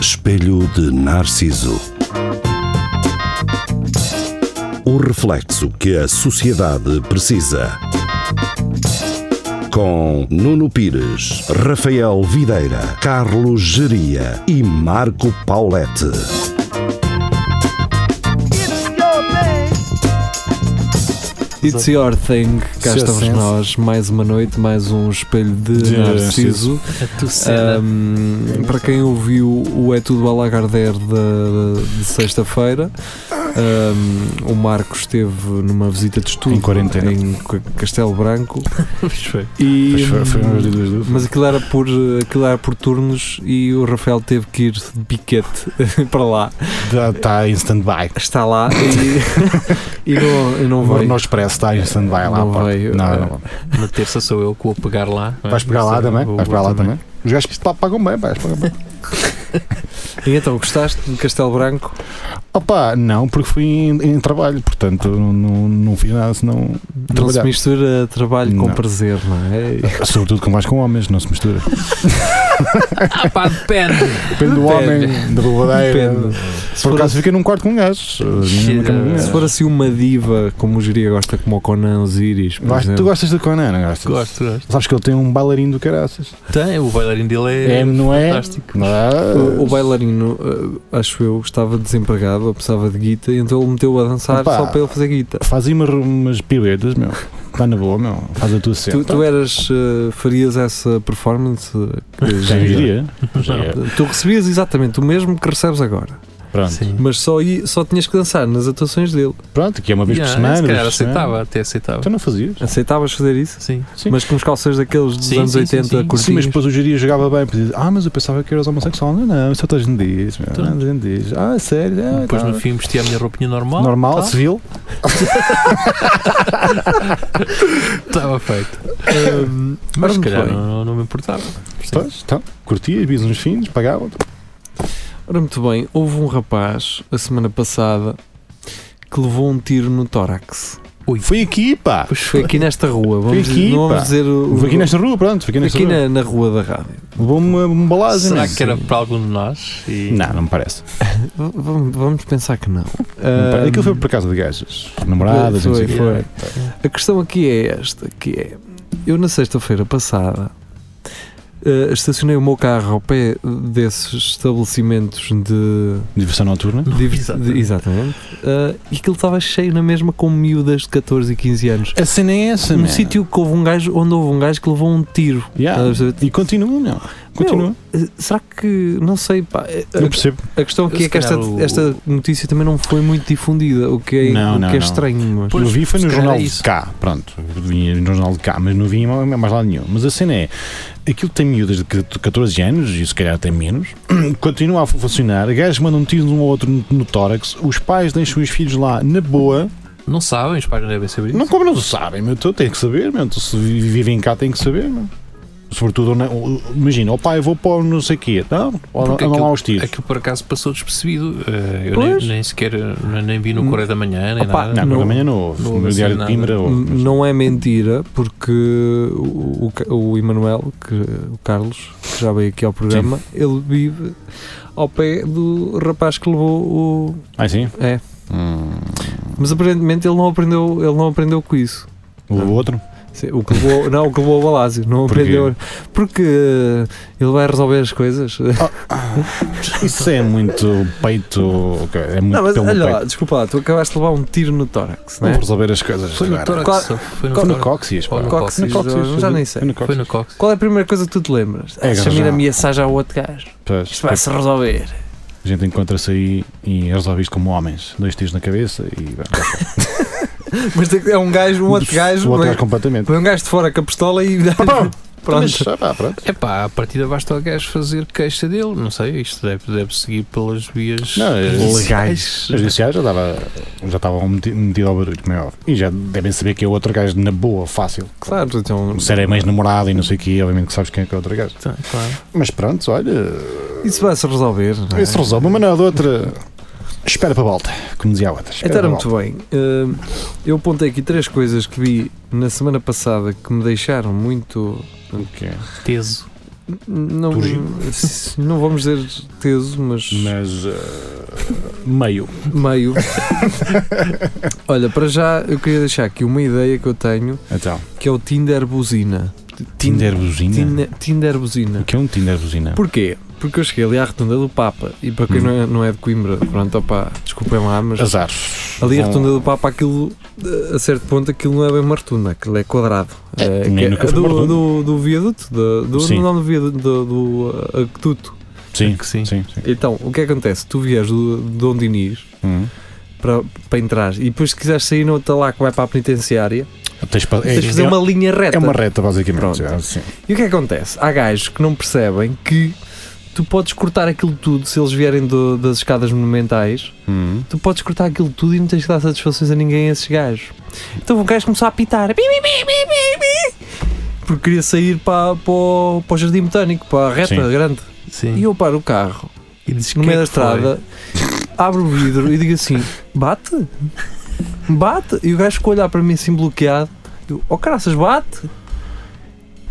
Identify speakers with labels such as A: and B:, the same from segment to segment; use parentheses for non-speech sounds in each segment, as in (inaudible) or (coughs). A: Espelho de Narciso. O reflexo que a sociedade precisa. Com Nuno Pires, Rafael Videira, Carlos Geria e Marco Paulette.
B: It's your thing, cá
C: Seu
B: estamos
C: senso.
B: nós, mais uma noite, mais um espelho de
C: De
B: Narciso.
D: A tua
C: Ah,
B: (laughs)
D: cena.
B: Ahm, para quem ouviu o É Tudo Alagarder de, de sexta-feira, ahm, o Marco esteve numa visita de estudo
C: Em quarentena.
B: em C- Castelo Branco.
D: Pois foi.
B: E,
C: Pois foi, foi
B: um
C: uma das duas dúvidas.
B: mas aquilo era, por, aquilo era por turnos e o Rafael teve que ir de biquete (laughs) para lá.
C: Está tá em stand-by.
B: Está lá e, (laughs) e não, e não
C: O
B: vai.
C: no Expresso está em stand-by lá.
B: Não
C: à porta.
B: veio,
C: Não,
B: eh,
C: não vai.
D: Na terça sou eu que vou pegar lá.
C: Vais pegar lá também?
D: Vou-
C: Vais
D: vou
C: pegar lá também? Os gajos pa- pagam bem, pá, eles pagam bem.
B: E então, gostaste de Castelo Branco?
C: Opa, não, porque fui em, em trabalho, portanto não, não, não fiz nada senão.
B: Não se
C: Trabalhar.
B: mistura trabalho com
C: Não.
B: prazer, não é?
C: Sobretudo com mais com homens, não se mistura.
D: Ah pá, depende.
C: Depende do
B: Depende.
C: homem, da bobadeira.
B: Depende.
C: É, Por acaso fica num quarto com um gajo. Eu nunca vi um gajo.
B: Se for assim uma diva, como o Jiria gosta, como o Conan Osiris, por
C: Gosto-
B: exemplo.
C: Tu gostas do Conan, não
D: (laughs)
C: gostas?
D: Gosto, gosto.
C: Sabes que ele tem um bailarino do caraças.
D: Tem, o bailarino dele é.
C: É, não é?
D: fantástico.
C: Não é?
B: eh, O, o bailarino, eh, acho eu, estava desempregado, ou precisava de guita, e então ele meteu a dançar
C: Opa.
B: só para ele fazer guita.
C: Faz aí umas, umas piruetas, meu. Está na boa, meu. Faz a tua cena.
B: Tu, tu eras, eh, farias essa performance? que
C: Já
B: Jiria-
C: diria. Já é.
B: Tu recebias exatamente o mesmo que recebes agora,
C: Pronto.
D: Sim.
B: mas só, i- só tinhas que dançar nas atuações dele.
C: Pronto, que é uma vez
D: Yeah,
C: por semana.
D: se
C: duas
D: calhar
C: por semana.
D: aceitava, até aceitava.
C: Então não fazias?
B: Aceitavas fazer isso?
D: Sim.
C: Sim.
B: Mas com os calções daqueles dos
D: Sim,
B: anos
D: sim,
B: 80
D: sim, sim.
B: curtinhos.
C: Sim, mas depois o geria jogava bem, podia dizer, ah, mas eu pensava que eras homossexual. Não, não, isso toda a gente diz, meu.
D: Então-
C: Toda a gente diz. Ah, sério? Ah,
D: Depois
C: tá.
D: no fim vestia a minha roupinha normal.
C: Normal,
D: tá?
C: civil.
D: Estava feito.
B: Ahm,
D: Mas se
B: muito
D: calhar
B: bem.
D: não, não, não me importava. Sim.
C: Pois, então, curtias, vias uns fins, pagavam.
B: Ora, muito bem, houve um rapaz, a semana passada, que levou um tiro no tórax.
C: Foi aqui, pá.
D: Pois
B: Foi aqui nesta rua, vamos,
C: aqui,
B: não vamos
C: pá.
B: dizer o,
C: Foi aqui nesta rua, pronto. Foi aqui nesta
B: aqui
C: rua.
B: na, na rua da rádio.
C: Levou-me uma- uma balagem.
D: Será
C: mas-
D: que é- era para algum de nós? E-
C: é Não, não me parece.
B: V- Vamos, vamos pensar que não.
C: Não me
D: Ah,
C: parece. Aquilo foi
B: Ahm,
C: por casa de gajas. Namoradas, não sei
B: foi,
C: o quê.
B: foi. A questão aqui é esta, que é, eu na sexta-feira passada eh, estacionei o meu carro ao pé desses estabelecimentos
C: (laughs)
B: de
C: Diversão noturna.
B: Div-
D: Exatamente.
B: de- exatamente. Ah, e aquilo estava cheio na mesma com miúdas de 14 e 15 anos.
C: A cena é essa,
B: Num
C: man.
B: sítio que houve um gajo onde houve um gajo que levou um tiro.
C: Yeah.
B: Estás a ver?
C: E continua, não. Continua.
B: Ah, Será que não sei pá, eh,
D: eh,
B: a-
C: eu percebo.
B: A, questão aqui
D: Se
B: é que esta,
D: calhar o-
B: esta notícia também não foi muito difundida, o que é,
C: Não,
B: o
C: não,
B: que é
C: não.
B: estranho. mas-
D: Pois,
C: eu vi foi
D: se
C: no
D: calhar
C: jornal
D: é
C: de
D: isso.
C: cá, pronto. Vinha no jornal de cá, mas não vinha mais mais lado nenhum. Mas a cena é: aquilo tem miúdas de 14 anos, e se calhar até menos, (clears throat) continua a funcionar. Gajos mandam tiros um ao outro no, no tórax, os pais deixam os filhos lá na boa.
D: Não sabem, os pais não devem saber isso.
C: Não, como não sabem, meu, tu tem que saber, meu, tu se vi- vivem cá, tem que saber, meu. Sobretudo, na- o- imagina, o pai, vou pôr não sei o quê, não, andam
D: Porque
C: lá
D: aquilo-
C: os tiros.
D: Aquilo por acaso passou despercebido. Eh, Eu
B: Pois.
D: nem, nem sequer nem, nem vi no Correio da Manhã, nem
B: Opa,
D: nada.
C: Não,
B: não-
C: não, amanhã não houve.
D: não houve
C: No
D: assim
C: Diário de
D: nada.
C: Coimbra houve.
B: N-
C: mas-
B: Não é mentira, porque o, o, o Emanuel, que, o Carlos, que já veio aqui ao programa, ele vive ao pé do rapaz que levou o.
C: Ah, sim?
B: É.
C: Hum,
B: Mas aparentemente ele não aprendeu, ele não aprendeu com isso.
C: o outro?
B: Sim, o que levou, não, o que levou ao Balásio, não
C: Porquê?
B: aprendeu. Porque eh, ele vai resolver as coisas.
C: Isso é muito peito. ok, É muito
B: Não, mas
C: pelo
B: olha
C: peito.
B: lá, desculpa lá, tu acabaste de levar um tiro no tórax, não
C: Vamos
B: é?
C: resolver as coisas.
D: Foi no
C: agora.
D: Tórax. só- Foi no
C: Foi no
D: tórax.
C: cóccix, pá.
D: Ou no
B: Cóccix,
C: No cóccix,
B: já- já nem sei.
C: Foi no
D: Foi
C: cóccix.
D: no Cox.
B: Qual é a primeira coisa que tu te lembras?
C: É,
B: Deixa-me ir
C: já.
B: ameaçar já o outro gajo.
C: Pois, é.
B: Isto vai-se resolver.
C: A gente encontra-se aí e resolve isto como homens. Dois tiros na cabeça e.
B: (laughs) (laughs) Mas é um gajo, um outro gajo,
C: O outro
B: vem-
C: gajo completamente.
B: vem um gajo de fora com a pistola e.
C: Mas,
B: Pronto.
C: já pá, pronto.
D: É pá, a partida basta o gajo fazer queixa dele. Não sei, isto deve, deve seguir pelas vias
C: Não, é-
D: legais.
C: Os judiciais já estava já estavam meti- metido ao barulho, como é óbvio. E já devem saber que é outro gajo na boa, fácil.
B: (laughs) Claro, então.
C: Se era é mais namorado e não sei o que, obviamente que sabes quem é que é o outro gajo.
D: Tá, claro.
C: Mas pronto, olha.
B: Isso vai-se resolver. não é?
C: Isso resolve uma maneira ou de outra. Espera para a volta, como dizia a outra. Espera
B: Então era
C: para a
B: muito bem. Hum, Eu apontei aqui três coisas que vi na semana passada que me deixaram muito.
C: volta. O quê?
D: Teso.
B: Não,
C: Turismo.
B: não vamos dizer teso, mas
C: Mas. eh, meio. (laughs)
B: meio. Olha, para já eu queria deixar aqui uma ideia que eu tenho,
C: Então.
B: que é o Tinder Buzina.
C: Tinder buzina.
B: Tinder, Tinder Buzina.
C: O que é um Tinder buzina?
B: Porquê? Porque eu cheguei ali à retunda do Papa, e para quem
C: Hum.
B: não, é, não é de Coimbra, pronto, opá, desculpem lá, mas
C: Azar. Um-
B: ali é a
C: Bom,
B: retunda do Papa, aquilo, eh, a certo ponto, aquilo não é bem uma retunda, aquilo é quadrado.
C: É,
B: Eh,
C: nem
B: que
C: nunca
B: é
C: foi uma
B: do,
C: rotunda.
B: do, do viaduto, do, do,
C: Sim.
B: não do viaduto, do, do eh, aqueduto. é
C: Sim,
D: que sim.
C: sim. sim.
B: Então, o que acontece? Tu vias do do Dom Dinis
C: Hum.
B: para, para entrar e depois, se quiseres sair, não está lá que vai para a penitenciária,
C: Tens pa-
B: tens de fazer
C: é-
B: uma linha reta.
C: É uma reta, basicamente.
B: Pronto.
C: Ah, sim.
B: E o que acontece? Há gajos que não percebem que tu podes cortar aquilo tudo se eles vierem do- das escadas monumentais.
C: Hum.
B: Tu podes cortar aquilo tudo e não tens que dar satisfações a ninguém a esses gajos. Então o gajo começou a apitar. Bi, bi, bi, bi, bi, bi. Porque queria sair para, para, o, para o Jardim Botânico, para a reta
C: Sim.
B: grande.
D: Sim.
B: E eu paro o carro
D: E dizes,
B: no
D: "Quem
B: meio da
D: é que foi?"
B: estrada, abro o vidro e digo assim: bate, bate. E o gajo ficou a olhar para mim assim bloqueado: eu, oh caraças, bate.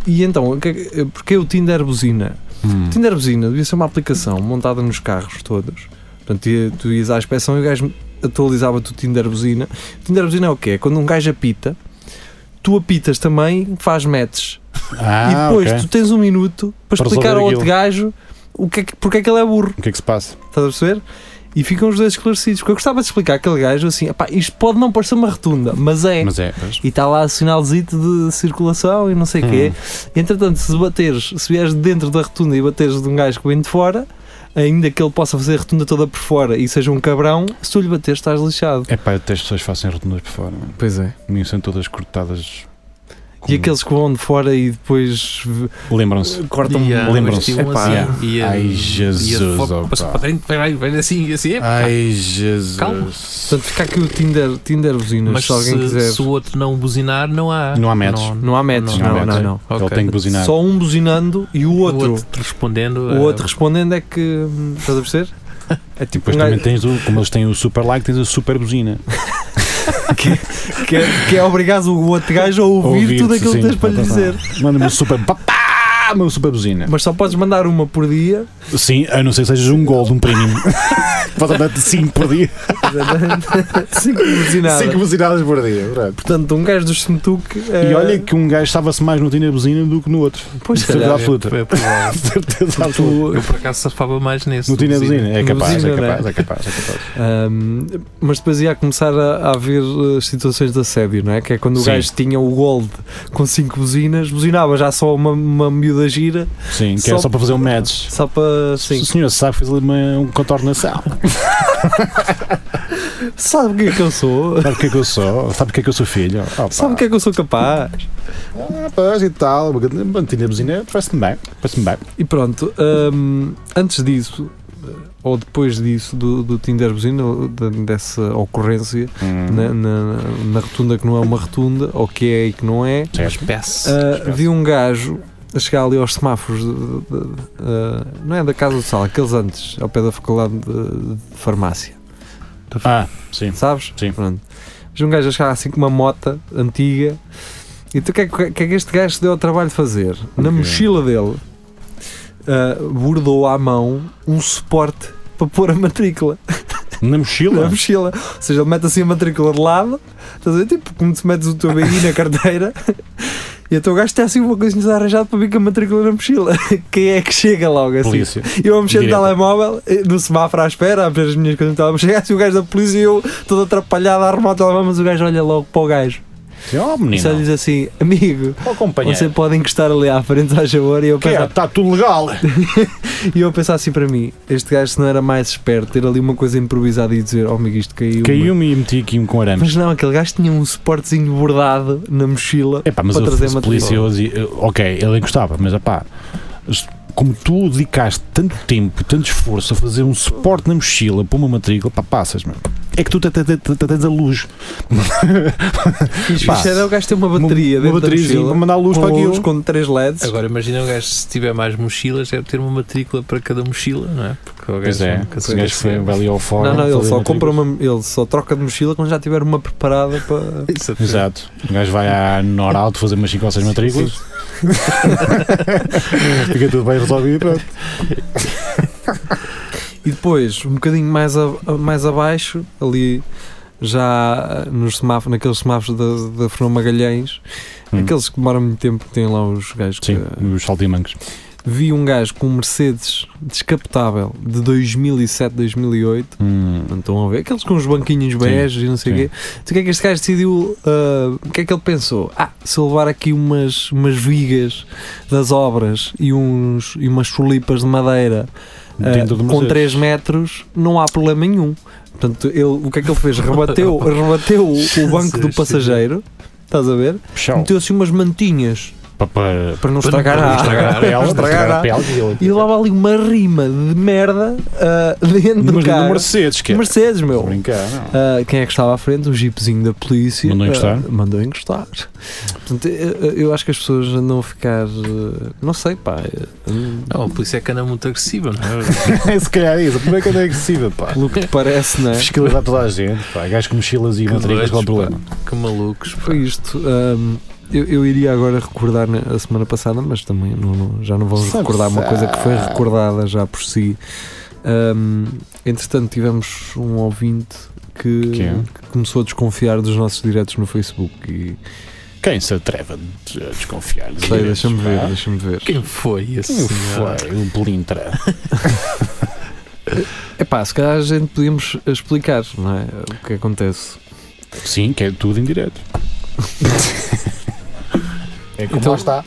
B: E então, o que é que- porque o Tinder Buzina?
C: Hum.
B: O Tinder Buzina devia ser uma aplicação montada nos carros todos. Portanto, ia- tu ias à inspeção e o gajo atualizava-te o Tinder Buzina. O Tinder Buzina é o quê? É quando um gajo apita, tu apitas também, faz matches.
C: Ah,
B: e depois
C: ok.
B: tu tens um minuto para,
C: Para
B: explicar
C: resolver
B: ao outro
C: aquilo.
B: gajo o que é que, porque é que ele é burro.
C: O que é que se passa?
B: Estás a perceber? E ficam os dois esclarecidos. Porque eu gostava de explicar àquele gajo assim: "Epá, isto pode não parecer uma rotunda, mas é.
C: Mas é. pois.
B: E está lá o sinalzito de circulação e não sei o quê.
C: Hum.
B: Entretanto, se bateres, se vieres dentro da rotunda e bateres de um gajo que vem de fora, ainda que ele possa fazer a rotunda toda por fora e seja um cabrão, se tu lhe bateres, estás lixado.
C: É pá, até as pessoas fazem rotundas por fora. mano.
B: Pois é.
C: Nem são todas cortadas.
B: E
C: com-
B: aqueles que vão de fora e depois v-
C: Lembram-se.
B: cortam.
D: E há-
C: lembram-se.
D: mas tinha um
B: Epá,
D: assim, e a-
C: ai,
D: e a
C: Jesus,
D: foto
C: opa.
D: Passou para dentro, vai, vai, vai assim, e assim. epá.
C: Ai, Jesus.
D: Calma.
B: Portanto, fica aqui o Tinder, Tinder buzinas,
D: Mas
B: se alguém
D: se,
B: quiser.
D: se o outro não buzinar, não há.
C: Não há match.
B: Não há matches,
C: Não há
B: não, não,
C: matches.
B: não.
C: Ele
D: Ok.
C: tem que buzinar.
B: Só um buzinando e o
D: O
B: outro.
D: outro respondendo. eh,
B: O outro respondendo é que. hum, Estás a perceber? É tipo
C: Depois
B: um
C: também
B: gajo
C: tens o, como eles têm o super like, tens a super buzina.
B: que, é- que é obrigado o outro gajo a ouvir,
C: Ouvir-te,
B: tudo aquilo
C: sim,
B: que tens para lhe
C: tá, tá,
B: dizer.
C: tá. (laughs) Manda-me o super papá, uma um super buzina.
B: Mas só podes mandar uma por
C: (laughs)
B: dia.
C: Sim, a não ser que sejas um gol de
B: (laughs)
C: um premium. Pode andar de 5 por dia.
B: Cinco buzinadas.
C: 5 buzinadas por dia. pronto.
B: Portanto, um gajo do Semetuque.
C: E olha que um gajo estava-se mais no Tinder buzina do que no
B: (laughs)
C: outro.
B: Pois
C: de certeza
B: calhar,
C: absoluta. De certeza absoluta.
D: Eu por acaso safava mais nesse.
C: No Tinder buzina. É
B: No
C: capaz, é
B: buzina,
C: capaz,
B: né?
C: é capaz, é capaz.
B: hum, mas depois ia começar a, a haver uh, situações de assédio, não é? Que é quando o
C: Sim.
B: gajo tinha o Gold com cinco buzinas, buzinava já só uma, uma miúda gira,
C: Sim, que é
B: Só-
C: só para fazer um match.
B: só para.
C: Sim.
B: Assim,
C: O senhor sabe fazer uma um contornação.
B: sabe o que é que eu sou?
C: (laughs) Sabe o que é que eu sou? Sabe o que é que eu sou filho? Opa.
B: Sabe o que é que eu sou capaz?
C: Ah, pois e tal. Uma Tinder buzina parece-me bem. Parece-me bem.
B: E pronto, hum, antes disso, eh, ou depois disso, do, do Tinder Buzina, da- dessa ocorrência,
C: Uhum.
B: né, na, na, na rotunda que não é uma rotunda, ou que é e que não é,
C: Certo.
D: Peço.
B: ah, vi um gajo a chegar ali aos semáforos, de- de- de- ah, não é da Casa do Sal, aqueles antes, ao pé da Faculdade de, de Farmácia,
C: Ah, sim.
B: sabes?
C: Sim.
B: Pronto. Vi um gajo a chegar assim com uma mota antiga, e tu o que, é, que- o que é que este gajo se deu ao trabalho de fazer? Na
C: Ok.
B: mochila dele, ah, bordou à mão um suporte para pôr a matrícula
C: Na mochila?
B: na mochila. Ou seja, ele mete assim a matrícula de lado, estás a ver? Tipo, como se metes o teu BI na carteira. (laughs) E então o gajo tem assim uma coisinha arranjada para vir com a matrícula na mochila. (laughs) Quem é que chega logo assim?
C: Polícia.
B: Eu a mexer no
C: Direto.
B: telemóvel, eh, no semáforo à espera, a ver as minhas coisas no telemóvel. Chega assim o gajo da polícia e eu, todo atrapalhado, a arrumar o telemóvel, mas o gajo olha logo para o gajo.
C: Oh,
B: E só
C: menino.
B: diz assim: Amigo,
C: Oh, companheiro.
B: você pode encostar ali à frente, faz favor. E eu, penso,
C: Está tudo legal.
B: e eu a pensar assim para mim: Este gajo, se não era mais esperto, ter ali uma coisa improvisada e dizer: Oh, amigo, isto caiu.
C: Caiu-me e meti aqui um com arames.
B: Mas não, aquele gajo tinha um suportezinho bordado na mochila.
C: Epá, mas
B: Para
C: eu
B: trazer
C: fosse
B: material.
C: polícia eu dizia, eh, ok, ele encostava, mas epá, s- como tu dedicaste tanto tempo, e tanto esforço a fazer um suporte na mochila para uma matrícula, pá, passas, meu. É que tu até até- até- até tens a luz.
B: Fixe,
C: pá,
B: fixe era o gajo ter uma bateria
C: uma,
B: dentro
C: uma
B: da
C: bateriazinha
B: mochila.
C: para mandar a luz para
B: com,
C: aquilo.
B: luz, com três LEDs.
D: Agora imagina um gajo se tiver mais mochilas, deve ter uma matrícula para cada mochila, não é? Porque o gajo
C: Pois é,
D: nunca
C: esse
D: se
C: gajo foi
D: esquece.
C: ali ao fora.
B: assim. não, não, ele
C: fazer
B: só
C: matrículas.
B: compra uma. Ele só troca de mochila quando já tiver
C: (laughs)
B: uma preparada para.
D: Exato.
C: Um Exato. O gajo vai à Norauto fazer umas 5 ou 6 matrículas (laughs) Fica tudo bem resolvido e pronto.
B: E depois, um bocadinho mais, a, a- mais abaixo, ali já eh, nos semáforos, naqueles semáforos da, da Fernão Magalhães,
C: Hum.
B: aqueles que demoram muito tempo, têm lá os gajos que- eh,
C: Sim, os saltimancos.
B: Vi um gajo com um Mercedes descapotável de 2007, 2008.
C: Hum.
B: Não estão a ver? Aqueles com os banquinhos bege e não sei o
C: sim.
B: quê. Então, o que é que este gajo decidiu? ah, o que é que ele pensou? Ah, se eu levar aqui umas, umas vigas das obras e, uns, e umas cholipas de madeira ah,
C: Dentro do
B: com
C: Mercedes.
B: 3 metros, não há problema nenhum. Portanto, ele, o que é que ele fez?
C: (laughs)
B: Rebateu, rebateu o, o banco do
D: Jesus,
B: passageiro, estás a ver?
C: Puxão.
B: Meteu-se umas mantinhas
C: Pa- pa-
B: para não
D: Para-
B: estragar
D: para
B: a
D: não
B: água.
D: estragar a
C: pele,
B: Estragar
C: estragar
B: a-
C: a pele.
B: E levava ali uma rima de merda ah, dentro do
C: Mas
B: carro.
C: no Mercedes, que é.
B: Mercedes, meu.
C: Vou Brincar, não.
B: Ah, quem é que estava à frente? Um jeepzinho da polícia.
C: Mandou
B: Ah,
C: encostar.
B: mandou encostar. Portanto, eu, eu acho que as pessoas andam a ficar. ah, Não sei, pá. ah,
D: Não, a polícia é que anda muito agressiva, não
C: (laughs)
D: é?
C: Se calhar é isso. Como é que anda agressiva, pá?
B: Pelo que parece, não Ah. é?
C: Fiscalizar toda a gente, pá. Gajos com mochilas e
D: Que
C: matrículas, qual o
D: doidos,
C: problema?
D: Que malucos, pá.
B: Foi isto. Ah, eu, eu iria agora recordar na- a semana passada, mas também não- não- já não vamos
C: Sabe,
B: recordar uma coisa que foi
C: sabe.
B: recordada já por si. Ah, entretanto, tivemos um ouvinte que,
C: Que é?
B: que começou a desconfiar dos nossos diretos no Facebook. E,
C: Quem se atreve a des- a desconfiar? dos
B: sei,
C: direitos,
B: deixa-me ver,
C: pá?
B: deixa-me ver.
C: é
D: Quem foi esse
C: Quem
D: senhor?
C: foi? O um Pelintra.
B: Epá, se calhar a gente podíamos explicar, não é? O que acontece.
C: Sim, que é tudo em direto. é como
B: Então-
C: lá está.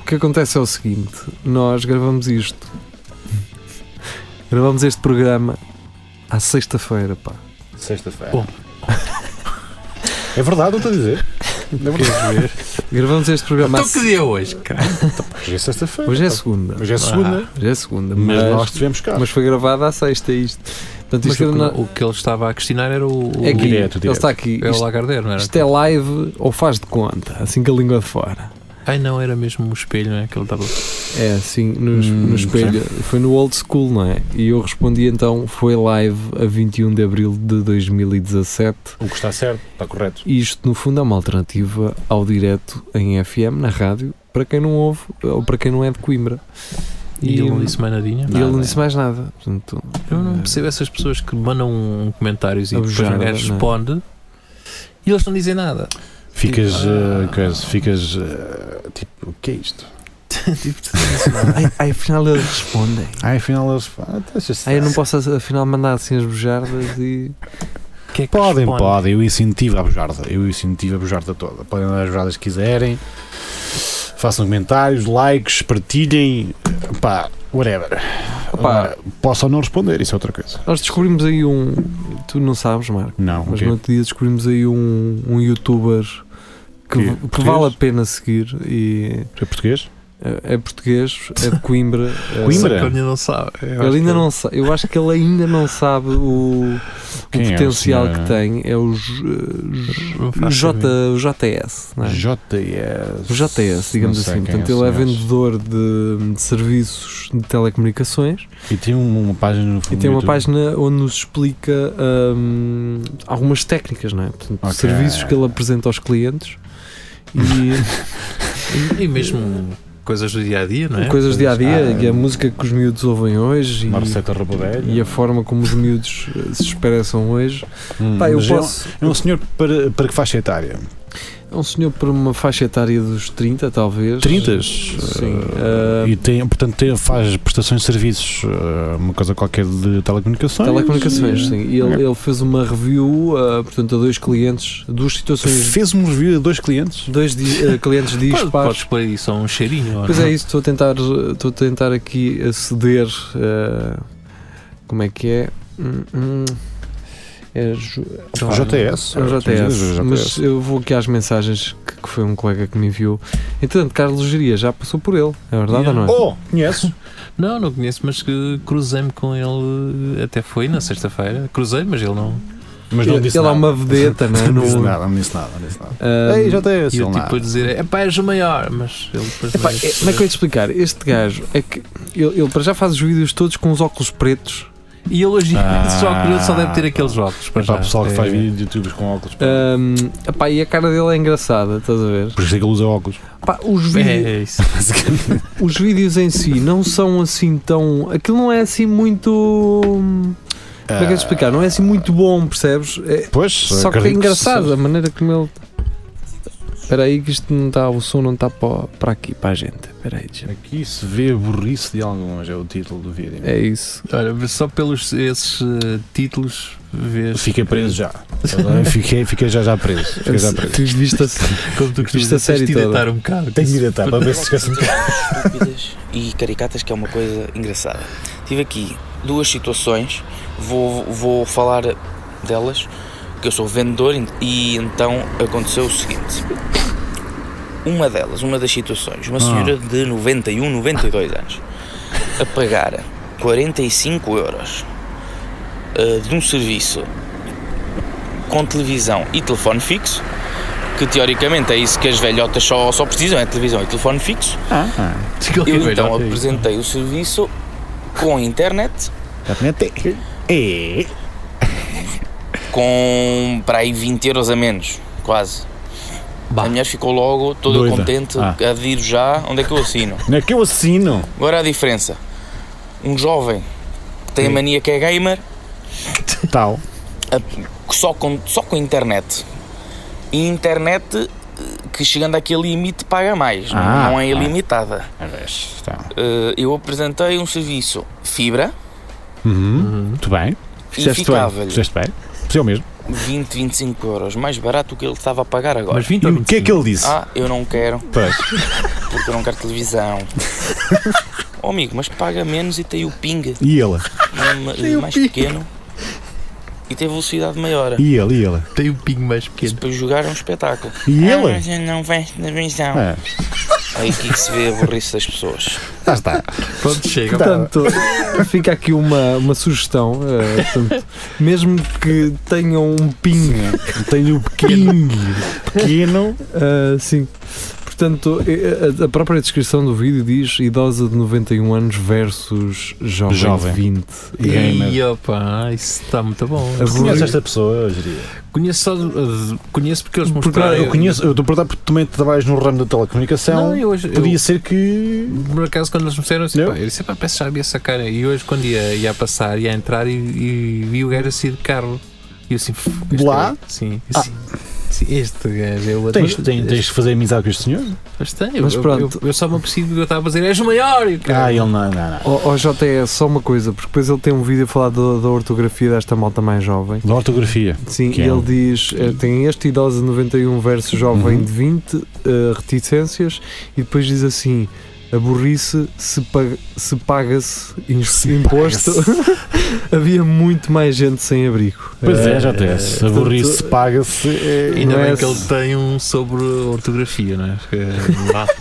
B: O que acontece é o seguinte: nós gravamos isto. (laughs) Gravamos este programa à sexta-feira, pá.
C: Sexta-feira.
D: Bom.
C: É verdade, não estou a dizer. É verdade.
B: Gravamos este programa à
D: Então que
B: se-
D: dia é hoje, cara?
C: Hoje é sexta-feira.
B: Hoje é segunda.
C: Hoje é segunda.
B: Hoje é segunda,
C: mas,
B: mas,
C: nós estivemos cá.
B: mas foi gravado à sexta é isto. Portanto,
D: Mas
B: isto é,
D: o,
B: na-
D: que, o que ele estava a questionar era o, o,
B: é aqui.
C: direto,
B: Ele
C: direto.
B: está aqui.
D: é o
B: Isto,
D: Lagardère, não era?
B: isto é live ou faz de conta, assim que a língua de fora.
D: Ai não, era mesmo o espelho, não é? Que ele estava.
B: É, assim, nos-
C: Hum,
B: no espelho. Foi no old school, não é? E eu respondi então, foi live a 21 de abril de 2017.
C: O que está certo, está correto.
B: E isto, no fundo, é uma alternativa ao direto em FM, na rádio, para quem não ouve ou para quem não é de Coimbra.
D: E ele não disse mais nadinha.
B: e ele não disse mais nada. Portanto,
D: Eu não
B: eh,
D: percebo essas pessoas que mandam um comentários e
B: A
D: depois
B: bujarda,
D: ninguém
B: não é?
D: responde e eles não dizem nada.
C: Ficas.
D: Tipo,
C: eh,
D: ah.
C: coisa, ficas. eh, tipo, o que é isto?
D: tipo, tu não dizes nada.
B: Ai, ai, afinal eles respondem.
C: Ah, afinal eles. Ah, deixa
B: Ai, eu não posso, afinal, mandar assim as bujardas e.
D: Quem é que
C: Podem,
D: responde?
C: podem. Eu incentivo a bujarda. Eu incentivo a bujarda toda. Podem dar as bujardas que quiserem. Façam comentários, likes, partilhem. Pá, whatever.
B: Opa, Ah.
C: Agora, Ah, posso ou não responder, isso é outra coisa.
B: nós descobrimos aí um. Tu não sabes, Marco,
C: Não,
B: mas
C: ok.
B: no outro dia descobrimos aí um, um youtuber que,
C: Que-
B: que
C: português?
B: vale a pena seguir e.
C: É português?
B: eh, É português, é de Coimbra. (laughs) eh,
C: Coimbra?
D: Só que a minha não sabe. Eu acho
B: Ele
D: que
C: é
D: é
B: ainda não sabe, eu acho que ele ainda não sabe o, o
C: Quem é o
B: potencial
C: senhor?
B: que tem. É o, J- eh,
D: não
B: o
D: faz
B: J,
D: sentido.
B: o JS, não é?
C: JS.
B: o JS, digamos
C: Não sei
B: assim.
C: quem
B: Portanto, ele
C: é
B: é
C: o senhor.
B: vendedor de, de serviços de telecomunicações
C: E tem um- uma página no
B: e
C: fundo.
B: tem uma
C: YouTube.
B: página onde nos explica hum, algumas técnicas, não é? Portanto,
C: Ok.
B: serviços que ele apresenta aos clientes e
D: E mesmo coisas do dia a dia, não é?
B: coisas dia a dia
C: ah,
B: e a música que os miúdos ouvem hoje
C: (laughs) Uma
B: e,
C: receita roupa velha.
B: e a forma como os miúdos eh, se expressam hoje.
C: Hum,
B: Pá, eu
C: mas
B: posso.
C: É um, é um senhor para, para que faixa etária?
B: É um senhor por uma faixa etária dos 30, talvez.
C: 30?
B: Sim.
C: Eh,
B: Ah,
C: e tem, portanto, tem- faz prestações de serviços, eh, uma coisa qualquer de telecomunicações.
B: telecomunicações,
C: E-
B: sim. E Ele, ele fez uma review, ah, portanto, a dois clientes, duas situações,
C: Fez um review a dois clientes.
B: dois di- ah, clientes
D: Pode-
B: dispares.
D: Podes pôr aí só um cheirinho. ou
B: Pois
D: não?
B: é isso, estou a tentar, estou a tentar aqui aceder, ah, como é que é? Hum, hum. É ju-
D: Então,
C: JS.
B: É o JTS,
C: Sim,
B: mas eu vou aqui às mensagens que, que foi um colega que me enviou. Entretanto, Carlos Geria já passou por ele, é verdade ou não é?
C: (laughs) Oh, conheço.
D: Não, não conheço, mas que cruzei-me com ele eh, até foi na sexta-feira. Cruzei, mas ele não.
C: Mas não
B: ele
C: disse
B: ele é
C: nada.
B: uma
C: (laughs)
B: vedeta, não é?
C: Não disse
B: Não-
C: nada, não disse nada. Não disse nada.
B: Ah,
C: Ei, JS.
D: E eu
C: ele
D: tipo a
C: nada.
D: dizer, é pá, és o maior, mas ele depois
B: Epá,
D: não
B: é- como é que eu ia te explicar? Este gajo é que ele, ele para já faz os vídeos todos com os óculos pretos
D: E ele hoje em dia,
C: Ah.
D: esse jogo dele (laughs) só deve ter aqueles jogos.
C: Para
D: já.
C: o pessoal que
D: É.
C: faz vídeo de youtubers com óculos.
B: Ahm, epá, e a cara dele é engraçada, estás a ver?
C: Por isso é que ele usa óculos.
B: Epá, os, vídeos-
D: É, é isso.
B: os vídeos em si não são assim tão. Aquilo não é assim muito. Como é que eu te explicar? Não é assim muito bom, percebes? É-
C: Ah, Pois,
B: só que é
C: acredito
B: engraçado a maneira como ele. Espera aí, que isto não está. O som não está para, para aqui, para a gente. Espera aí, gente.
C: Aqui se vê a burrice de alguns, é o título do vídeo.
B: É isso.
D: Olha, só pelos esses eh, títulos, vês
C: Fiquei preso já. Tá fiquei, fiquei já já preso. Fiquei
B: (laughs)
C: já preso.
B: Tu viste a-
D: como tu costumas
B: Viste a
D: dizer,
B: série
D: tens de
B: toda.
D: diretar um bocado.
C: Tenho de ir atar para ver
B: (laughs)
C: se esquece de
E: estúpidas e caricatas, que é uma coisa engraçada. Tive aqui duas situações, vou, vou falar delas, que eu sou vendedor e então aconteceu o seguinte. Uma delas, uma das situações, uma senhora
C: Ah.
E: de 91, 92 anos, a pagar 45 euros ah, de um serviço com televisão e telefone fixo, que teoricamente é isso que as velhotas só, só precisam, é televisão e telefone fixo,
B: Ah,
E: eu então apresentei o serviço com internet,
C: Tá É.
E: com para aí 20 euros a menos, quase.
D: Bah.
E: A mulher ficou logo toda
C: Doida.
E: contente,
C: Ah.
E: adiro já, onde é que eu assino?
C: Não é que eu assino.
E: Agora a diferença, um jovem que tem a mania que é gamer,
C: Tal.
E: que só com, só com internet, e internet eh, que chegando àquele limite paga mais, não-
C: Ah,
E: não é
C: ah.
E: ilimitada.
C: Tá.
E: Eh, eu apresentei um serviço fibra
C: Uhum. Muito bem.
E: e
C: Fizeste bem.
E: ficava-lhe
C: Fizeste bem. Fiz eu mesmo.
E: 20, 25 euros, mais barato do que ele estava a pagar agora.
D: Mas 20
C: E
D: ou
C: o que é que ele disse?
E: Ah, eu não quero,
C: Pois.
E: porque eu não quero
C: (laughs)
E: televisão. oh, amigo, mas paga menos e tem o ping
C: (laughs) E ele?
E: ma- mais pequeno e tem velocidade maior.
C: E ele? E ele?
D: Tem um pingo mais
E: Isso
D: pequeno.
E: para jogar é um espetáculo.
C: E
E: Ah,
C: ele?
E: mas eu não vejo televisão.
C: Ah,
E: Aí aqui que se vê a burrice das pessoas.
C: lá está.
D: Pronto, chega.
B: Portanto, (laughs) fica aqui uma, uma sugestão. eh, portanto, mesmo que tenham um ping, (laughs) um
C: Tenho o pequeno. Pequeno.
B: eh, sim. Portanto, eh, a- a própria descrição do vídeo diz idosa de 91 anos versus jovem,
C: Jovem.
B: de 20.
C: gamer.
D: E opa, isso está muito bom.
B: Aborre-
C: Conheces esta pessoa, eu diria?
D: Conheço só. eh, Conheço porque eles
B: Porque,
D: mostraram.
C: Eu conheço, eu estou a perguntar porque também trabalhas no ramo da telecomunicação.
D: Não, eu hoje. eu-
C: Podia ser que.
D: por acaso, quando eles mostraram, eu disse,
C: Não.
D: pá, eu disse, pá, peço já havia essa cara. E hoje, quando ia, ia a passar, ia a entrar e, e vi o gajo a sair de carro. E eu assim, "Fu, este
C: Lá?
D: gajo." Sim,
C: Ah.
D: sim. sim, Este gajo é o outro.
C: Tens, tens, tens de fazer amizade com este senhor?
D: Mas tem,
B: Mas
D: eu,
B: pronto.
D: Eu, eu só me aprecio que eu estava a dizer, és o maior! E o
C: Ah,
D: caralho.
C: ele não, não, não.
B: Ó ó, JE, só uma coisa, porque depois ele tem um vídeo a falar da, da ortografia desta malta mais jovem.
C: Da ortografia.
B: Sim,
C: Que
B: e
C: é
B: ele
C: um-
B: diz: eh, tem este idoso de 91 versus jovem
C: Uhum.
B: de 20, eh, reticências, e depois diz assim: a burrice se paga- se paga-se in- imposto. (laughs) Havia muito mais gente sem abrigo.
C: Pois é,
B: Eh,
C: já tens. A
B: portanto,
C: burrice paga-se. é-
D: Ainda
B: não
D: bem
B: é
D: que ele
B: se-
D: tem um sobre ortografia, não é? Porque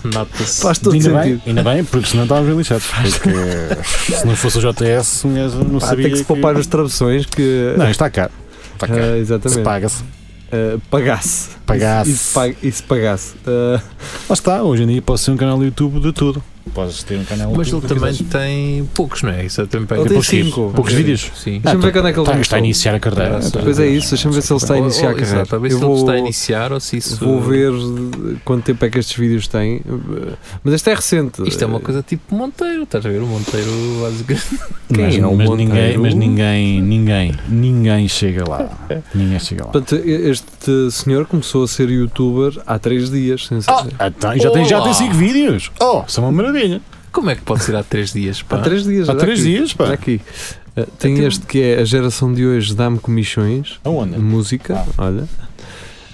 D: nota-se.
B: Faz todo
C: ainda
B: sentido.
C: Bem, ainda bem, porque senão estávamos lixados. Porque se não fosse o JTS, um gajo não
B: Pá,
C: sabia.
B: tem que se poupar os travessões que.
C: Não, está cá. Está cá.
B: eh,
C: se
B: exatamente.
C: paga-se.
B: Eh, pagasse.
C: Pagasse.
B: E se, pag- e se pagasse. Eh,
C: Ah, Lá está, hoje em dia podes ter um canal YouTube de tudo. Podes ter um canal
D: Mas ele
C: YouTube.
D: também tem poucos, não é? Isso eu também
B: Ele
D: pego.
B: tem
C: poucos vídeos.
B: cinco.
C: Poucos vídeos.
D: Sim.
B: Deixa-me
C: Ah,
B: ver quando é que ele
C: Está, está a
B: começou.
C: iniciar a carreira.
D: Ah,
B: Pois é isso, deixa-me ver se ele está a
D: Ou- ou-
B: iniciar a carreira.
D: Oh, Exato, a ver se
B: Eu
D: ele está a
B: vou-
D: iniciar ou se isso.
B: Vou ver de- quanto tempo é que estes vídeos têm. eh, Mas este é recente.
D: Isto é uma coisa tipo Monteiro, estás a ver? O Monteiro basicamente. (laughs)
B: Quem
C: mas,
B: é o
C: mas
B: Monteiro?
C: ninguém, mas ninguém, ninguém, ninguém chega lá. Ninguém chega lá.
B: Portanto, este senhor começou a ser youtuber há três dias, sem saber.
C: Ah, então, já, tem, já
D: Olá.
C: tem 5 vídeos. Oh, isso é uma maravilha.
D: Como é que pode ser há 3 dias? Pá?
B: Há três dias.
C: Há
B: olha
C: 3
B: aqui,
C: dias,
B: olha
C: pá.
B: aqui. Eh, Tem
C: Então-
B: este que é a geração de hoje dá-me comichões,
D: É.
B: de
C: Aonde?
B: música, olha.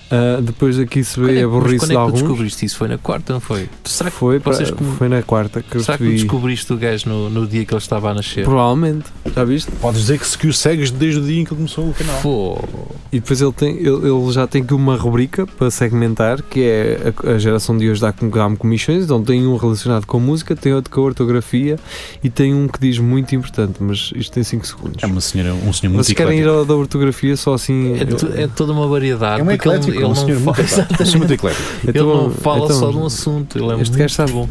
B: Ah, depois aqui se
D: Quando é,
B: vê a
D: que- mas
B: burrice
D: quando é
B: de
D: que tu
B: alguns.
D: descobriste isso? Foi na quarta, não foi? Será que,
B: Foi, pá,
D: vocês como-
B: foi na quarta que eu
D: será que tu
B: vi.
D: descobriste o gajo no, no dia que ele estava a nascer?
B: Provavelmente, já viste?
C: Podes dizer que, se- que o segues desde o dia em que ele começou o canal.
D: Pô,
B: E depois ele, tem, ele, ele já tem aqui uma rubrica para segmentar, que é a, a geração de hoje dá com- dá-me comissões, então tem um relacionado com música, tem outro com ortografia e tem um que diz muito importante, mas isto tem 5 segundos.
C: É uma senhora, um senhor muito
B: Mas se querem ir
C: eclético.
B: ao da ortografia só assim...
D: é, tu- é toda uma variedade.
C: É um
D: porque ele-
C: eclético,
D: ele
C: é um
D: não
C: senhor
D: fa-
C: muito eclético. Um senhor muito eclético.
D: (laughs) Ele
B: então-
D: não fala
B: então-
D: só de um assunto, ele é
B: Este
D: muito
B: gajo está
D: bom.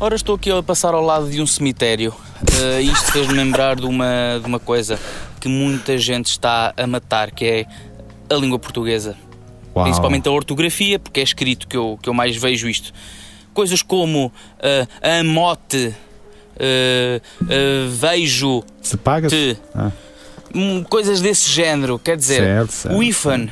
E: Ora, estou aqui a passar ao lado de um cemitério. Eh, isto fez-me lembrar de uma, de uma coisa que muita gente está a matar, que é a língua portuguesa.
C: Uau.
E: Principalmente a ortografia, porque é escrito que eu, que eu mais vejo isto. Coisas como eh, amote, eh, eh, vejo-te,
C: Se pagas? Ah.
E: Hum, coisas desse género. Quer dizer,
C: Certo, certo.
E: o IFAN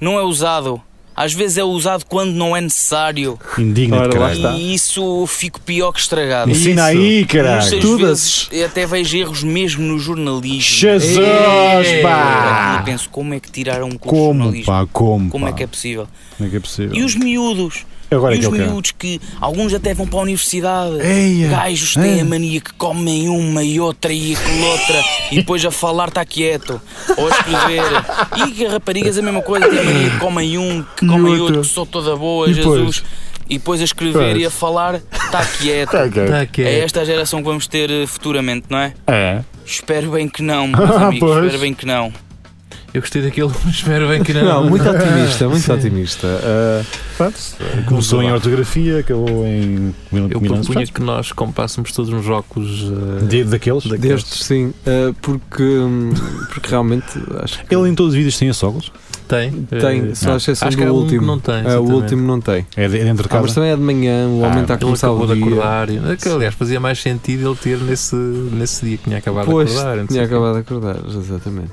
E: não é usado. Às vezes é usado quando não é necessário.
C: Indigna
B: Ora,
C: de
B: lá
C: caralho.
B: está.
E: E isso eu fico pior que estragado.
C: Ensina
B: Isso.
C: aí,
E: Muitas
C: caralho.
B: Tu das-
E: vezes eu até vejo erros mesmo no jornalismo.
C: Jesus, É.
D: Ei,
E: Eu
C: pá!
E: penso como é que tiraram um curso de
C: Como,
E: jornalismo.
C: pá? Como,
E: Como
C: pá?
E: é que é possível?
C: Como é que é possível?
E: E os miúdos?
C: Agora é
E: e
C: que
E: os
C: eu quero.
E: miúdos que alguns até vão para a universidade.
C: Eia.
E: Gajos têm a mania que comem uma e outra e aquela outra e depois a falar está quieto ou a escrever. E que raparigas a mesma coisa, têm a mania que comem um, que
B: E
E: comem
B: outro.
E: outro, que sou toda boa,
C: E
E: Jesus.
C: depois?
E: E depois a escrever e a falar está quieto.
C: Tá, cara.
D: Tá, que
E: É
D: é.
E: esta a geração que vamos ter eh, futuramente, não é?
C: É.
E: Espero bem que não, meus
C: (laughs) Ah,
E: amigos,
C: pois.
E: espero bem que não.
D: Eu gostei daquele, (laughs) espero bem que não. (laughs)
B: Não, muito otimista, muito
D: né? Sim.
B: otimista. Ah, pronto.
C: Começou em ortografia, acabou em.
D: Eu
C: combinantes,
D: propunha que nós comprássemos todos uns óculos.
C: pá.
D: eh,
C: De- daqueles.
B: Destes sim, ah, porque, hum, porque realmente acho que
C: Ele em todos os vídeos tem esses óculos?
D: tem?
B: tem,
D: eh,
B: só à exceção
D: acho
B: do
D: que há um que
B: último.
D: não tem.
B: Ah, o
D: exatamente.
B: último não tem.
C: É de- é dentro de
B: Ah, mas
C: casa?
B: também é de manhã, o homem
C: Ah,
B: está a
D: Ele
B: começar
D: acabou de
B: o dia.
D: acordar. e- que, aliás, fazia mais sentido ele ter nesse, nesse dia que tinha acabado
B: Pois,
D: de acordar. não sei
B: tinha
D: o quê.
B: acabado de acordar, exatamente.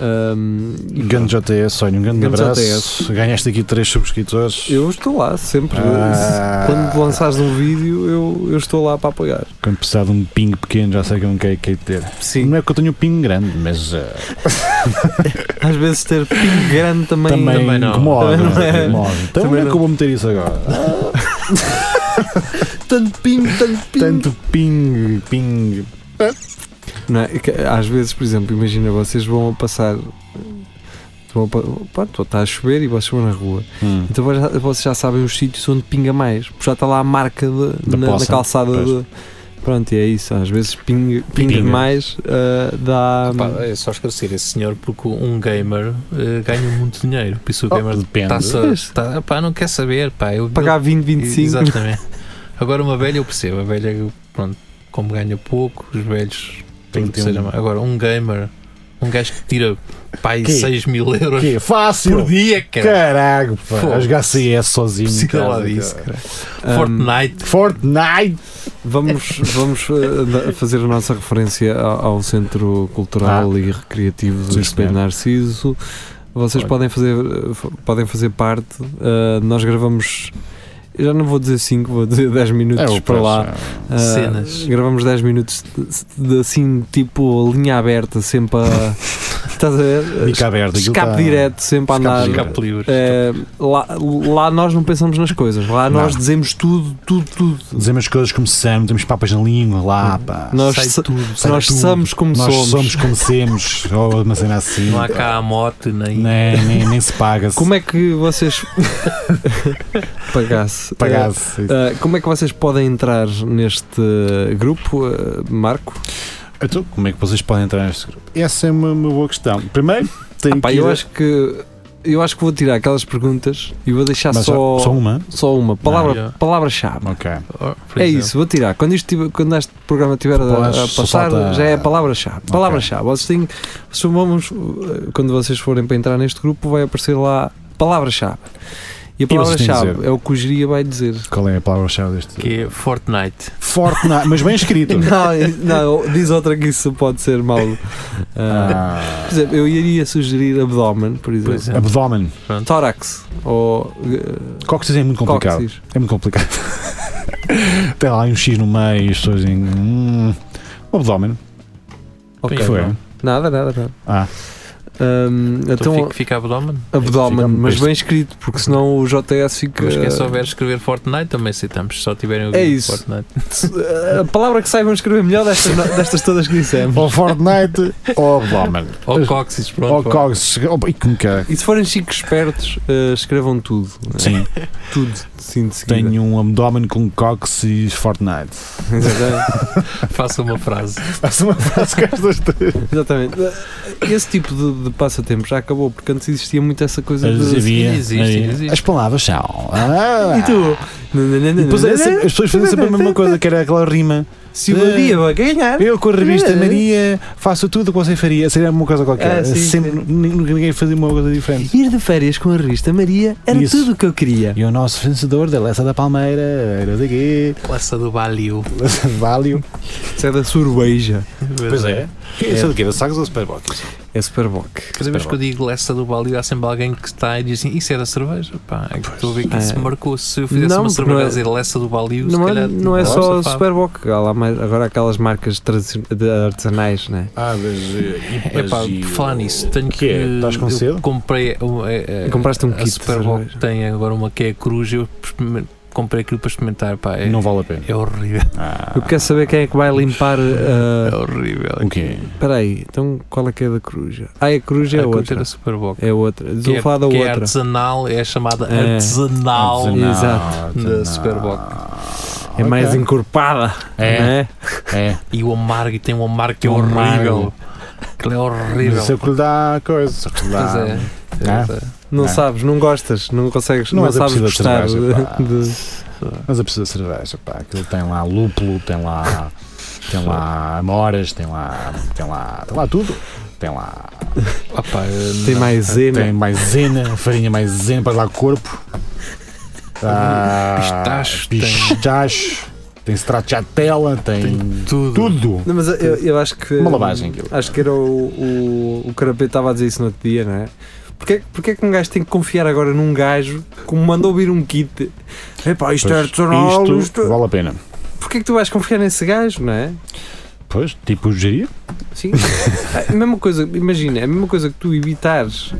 B: Ahm, e
C: Grande JTS, olha, um grande
B: Grande
C: abraço.
B: JTS.
C: Ganhaste aqui três subscritores.
B: Eu estou lá sempre.
C: Ah.
B: Quando lançares um vídeo, eu, eu estou lá para apoiar.
C: Quando precisar de um ping pequeno, já sei que eu não quero, quero ter.
B: Sim.
C: Não é que eu tenho um ping grande, mas eh,
B: Às vezes ter pingo grande também.
C: também,
D: também não.
C: incomoda.
B: Também não é.
C: incomoda. Então
B: Também
C: onde é que
B: não.
C: eu vou meter isso agora?
B: (laughs) Tanto pingo, tanto
C: Tanto ping, ping.
B: Não é? Que Às vezes, por exemplo, imagina vocês vão a passar. Vão a pa- pronto, está a chover e vocês vão na rua.
C: Hum.
B: Então vocês já- vocês já sabem os sítios onde pinga mais. Porque já está lá a marca de-
C: Da
B: na, na
C: poça,
B: calçada.
C: pois.
B: De, pronto, e é isso. Às vezes pinga, pinga,
C: Pinga.
B: mais ah, dá.
D: Pá, é só esclarecer esse senhor porque um gamer eh, ganha muito dinheiro. Por isso o gamer
C: Depende.
D: está só. Tá, pá, não quer saber. Pá, eu,
B: Oh. pagar 20, 25.
D: Exatamente. Agora uma velha eu percebo, a velha, pronto, como ganha pouco, os velhos
C: Tem
D: tem
C: que ter
D: que seja
C: um-
D: mais. Agora um gamer, um gajo que tira pai
C: Que?
D: 6 mil euros
C: Que é fácil.
D: por dia, cara.
C: Caraca, pá. A
D: Fogo.
C: jogar CS sozinho.
D: Precisa lá
C: cara.
D: disso, cara.
B: Ah,
D: Fortnite.
C: Fortnite.
B: Vamos, vamos eh, da- fazer a nossa referência ao, ao Centro Cultural e Recreativo
C: Ah. Sim,
B: do Espelho
C: senhor.
B: Narciso. Vocês
C: Olha.
B: podem fazer, eh, f- podem fazer parte. eh, nós gravamos, eu já não vou dizer 5, vou dizer 10
C: É,
B: minutos
C: o
B: para lá.
C: preço, é.
B: Ah,
D: Cenas.
B: Gravamos 10 minutos de, de assim, tipo linha aberta, sempre a.
C: (laughs)
B: estás a ver?
C: Dica aberta. aquilo
B: Escape
C: tá-
B: direto, sempre a
C: Escape
B: andar.
C: direto.
D: Escape livre.
B: Eh, lá, lá nós não pensamos nas coisas, lá
C: Não.
B: nós dizemos tudo, tudo, tudo.
C: Dizemos as coisas como são, temos papas na língua lá, pá.
B: Hum. Nós,
D: Sai
B: se-
D: tudo.
C: Sai
B: nós
C: tudo.
B: somos como
C: Nós
B: somos.
C: somos
B: (laughs)
C: como semos, ou uma cena assim.
D: Não há cá a mote nem.
C: Nem, nem, nem se paga.
B: Como é que
C: (laughs)
B: vocês. Pagasse.
C: Pagasse.
B: Eh, eh, como é que vocês podem entrar neste eh, grupo, eh, Marco?
C: Então, como é que vocês podem entrar neste grupo? Essa é uma, uma boa questão. Primeiro, tem
B: Ah, Pá,
C: que.
B: eu acho que. Eu acho que vou tirar aquelas perguntas e vou deixar
C: Mas
B: só,
C: só um. uma?
B: só uma.
D: Não,
B: Palavra-
D: já.
B: Palavra-chave.
C: Ok.
D: Oh, por
B: é
D: exemplo.
B: isso, vou tirar. Quando, isto tiver- quando este programa estiver a, a
C: Só
B: passar,
C: falta-
B: já é a palavra-chave. Palavra-chave. Vocês têm. vocês vamos- quando vocês forem para entrar neste grupo, vai aparecer lá palavra-chave. E a
C: E vocês têm que
B: palavra-chave
C: dizer.
B: é o que o Jiria vai dizer.
C: Qual é a palavra-chave deste?
D: Que é Fortnite.
C: Fortnite, mas
B: (laughs)
C: bem escrito.
B: Não, não, diz outra que isso pode ser
C: (laughs)
B: mau. Ah,
C: Ah,
B: por exemplo, eu iria sugerir abdômen, por exemplo.
D: Por exemplo.
C: abdômen.
B: Tórax ou eh,
C: Cóccix é muito é. complicado.
B: cóccix.
C: É muito complicado. (laughs) Tem lá um X no meio, as pessoas dizem. Hum, o abdômen.
B: Ok.
C: Foi.
B: Nada, nada, nada.
C: Ah.
B: Ahm,
D: Então,
B: então,
D: fica, fica abdômen.
B: abdômen,
C: fica-
B: mas
C: este-
B: bem escrito, porque senão o JS fica.
D: Mas quem souber é escrever Fortnite também aceitamos. Se só tiverem o
B: É isso.
D: Fortnite.
B: A palavra que saibam escrever melhor destas, no- destas todas que dissemos.
C: Ou Fortnite ou abdômen.
D: Ou Coxis, pronto.
C: Ou Cóccix. ou- E como que é?
B: E se forem chicos espertos, eh, escrevam tudo. né?
C: Sim,
B: Tudo, sim, de seguida.
C: tenho um abdômen com Cóccix Fortnite.
B: (laughs) Exatamente.
D: Faça uma frase.
C: Faço uma frase com estas três.
B: Exatamente. Esse tipo de, de passatempo já acabou, porque antes existia muito essa coisa
C: Mas
B: de.
C: havia-
D: Ainda existe,
C: havia-
D: ainda existe.
C: As palavras são. Ah.
B: E tu?
C: E depois era sempre- as pessoas faziam sempre a mesma coisa, que era aquela rima.
B: Se o dia vai ganhar.
C: Eu com a revista Maria faço tudo o que você faria. Seria uma coisa qualquer.
B: Ah, sim,
C: sempre
B: sim.
C: ninguém- ninguém fazia uma coisa diferente.
B: Ir de férias com a revista Maria era
C: Isso.
B: tudo o que eu queria.
C: E o nosso vencedor da Leça da Palmeira, era não sei quê,
D: Laça do Balio.
C: Leça de Valio.
B: Isso é da cerveja.
C: Que Isso é do quê? Da Sagres ou Superbock?
B: É Superbock.
D: Cada vez que eu digo Leça do Balio, há sempre alguém que está e diz assim: Isso era cerveja? Pá, é que estou a ver que isso
B: É.
D: me marcou. Se eu fizesse
B: Não,
D: uma
B: porque
D: cerveja
B: não é-
D: a dizer Leça do Balio, se
B: Não é,
D: calhar.
B: não é
D: não
B: só
D: se fala.
B: Superbock, há lá mais, agora há aquelas marcas tradici- de artesanais, né?
C: Ah,
D: É
C: mas.
D: pá, por falar nisso, tenho que.
C: que é? Estás com
D: eu
C: sede?
D: Comprei. um, é, é,
B: Compraste um
D: a
B: kit de
D: Superbowl
B: cerveja.
D: tem agora uma que é a cruz. Eu experime- comprei aquilo para experimentar. Pá, é,
C: Não vale a pena.
D: é horrível.
C: Ah,
B: Eu quero saber quem é que vai limpar.
D: É
B: ah,
D: horrível.
C: o quê?
B: Espera aí, então qual é que é da coruja? Ah, a coruja
D: É
B: é
D: a
B: outra.
D: outra Superbowl.
B: É outra.
D: Que
B: Estou
D: é-
B: a falar da
D: que é
B: outra.
D: artesanal, é a chamada
B: É.
D: artesanal.
B: Artesanal. Exato.
D: Ah, da Superbock.
B: É mais
C: Ok.
B: encorpada.
C: É.
B: não é?
C: É.
D: E o amargo, e tem um amargo que é
C: Um
D: horrível.
C: amargo.
D: Aquilo é
C: Mas isso é
D: horrível.
C: o que lhe dá coisa. isso é o que lhe dá-
D: Pois é.
C: Ah.
D: Pois é.
B: Não,
C: Não.
B: sabes, não gostas, não consegues,
C: Não
B: não,
C: és
B: sabes
C: apetecido a
B: gostar.
C: cerveja, pá.
B: de- de-
C: Mas a pessoa de cerveja, pá, aquilo tem lá lúpulo, tem lá. Tem lá amoras, tem lá. Tem lá. Tem lá tudo. Tem lá.
D: Opa, eu-
B: Tem mais
C: Tem
B: ema.
C: maisena, farinha maisena, para lá corpo. Ah,
D: Pistacho, tem-
C: Pistacho. Tem stracciatella, tem.
D: tudo.
C: Tudo.
B: Não, mas eu, eu acho que.
C: Uma lavagem, aquilo.
B: Acho que era o, o, o Carapete estava a dizer isso no outro dia, não é? Porquê, porquê é que um gajo tem que confiar agora num gajo que me mandou vir um kit? Epá, isto é
C: Pois,
B: artesanal,
C: isto
B: isto.
C: vale a pena.
B: Porquê é que tu vais confiar nesse gajo, não é?
C: Pois, tipo geria.
B: Sim. (laughs) a mesma coisa, imagina, é a mesma coisa que tu evitares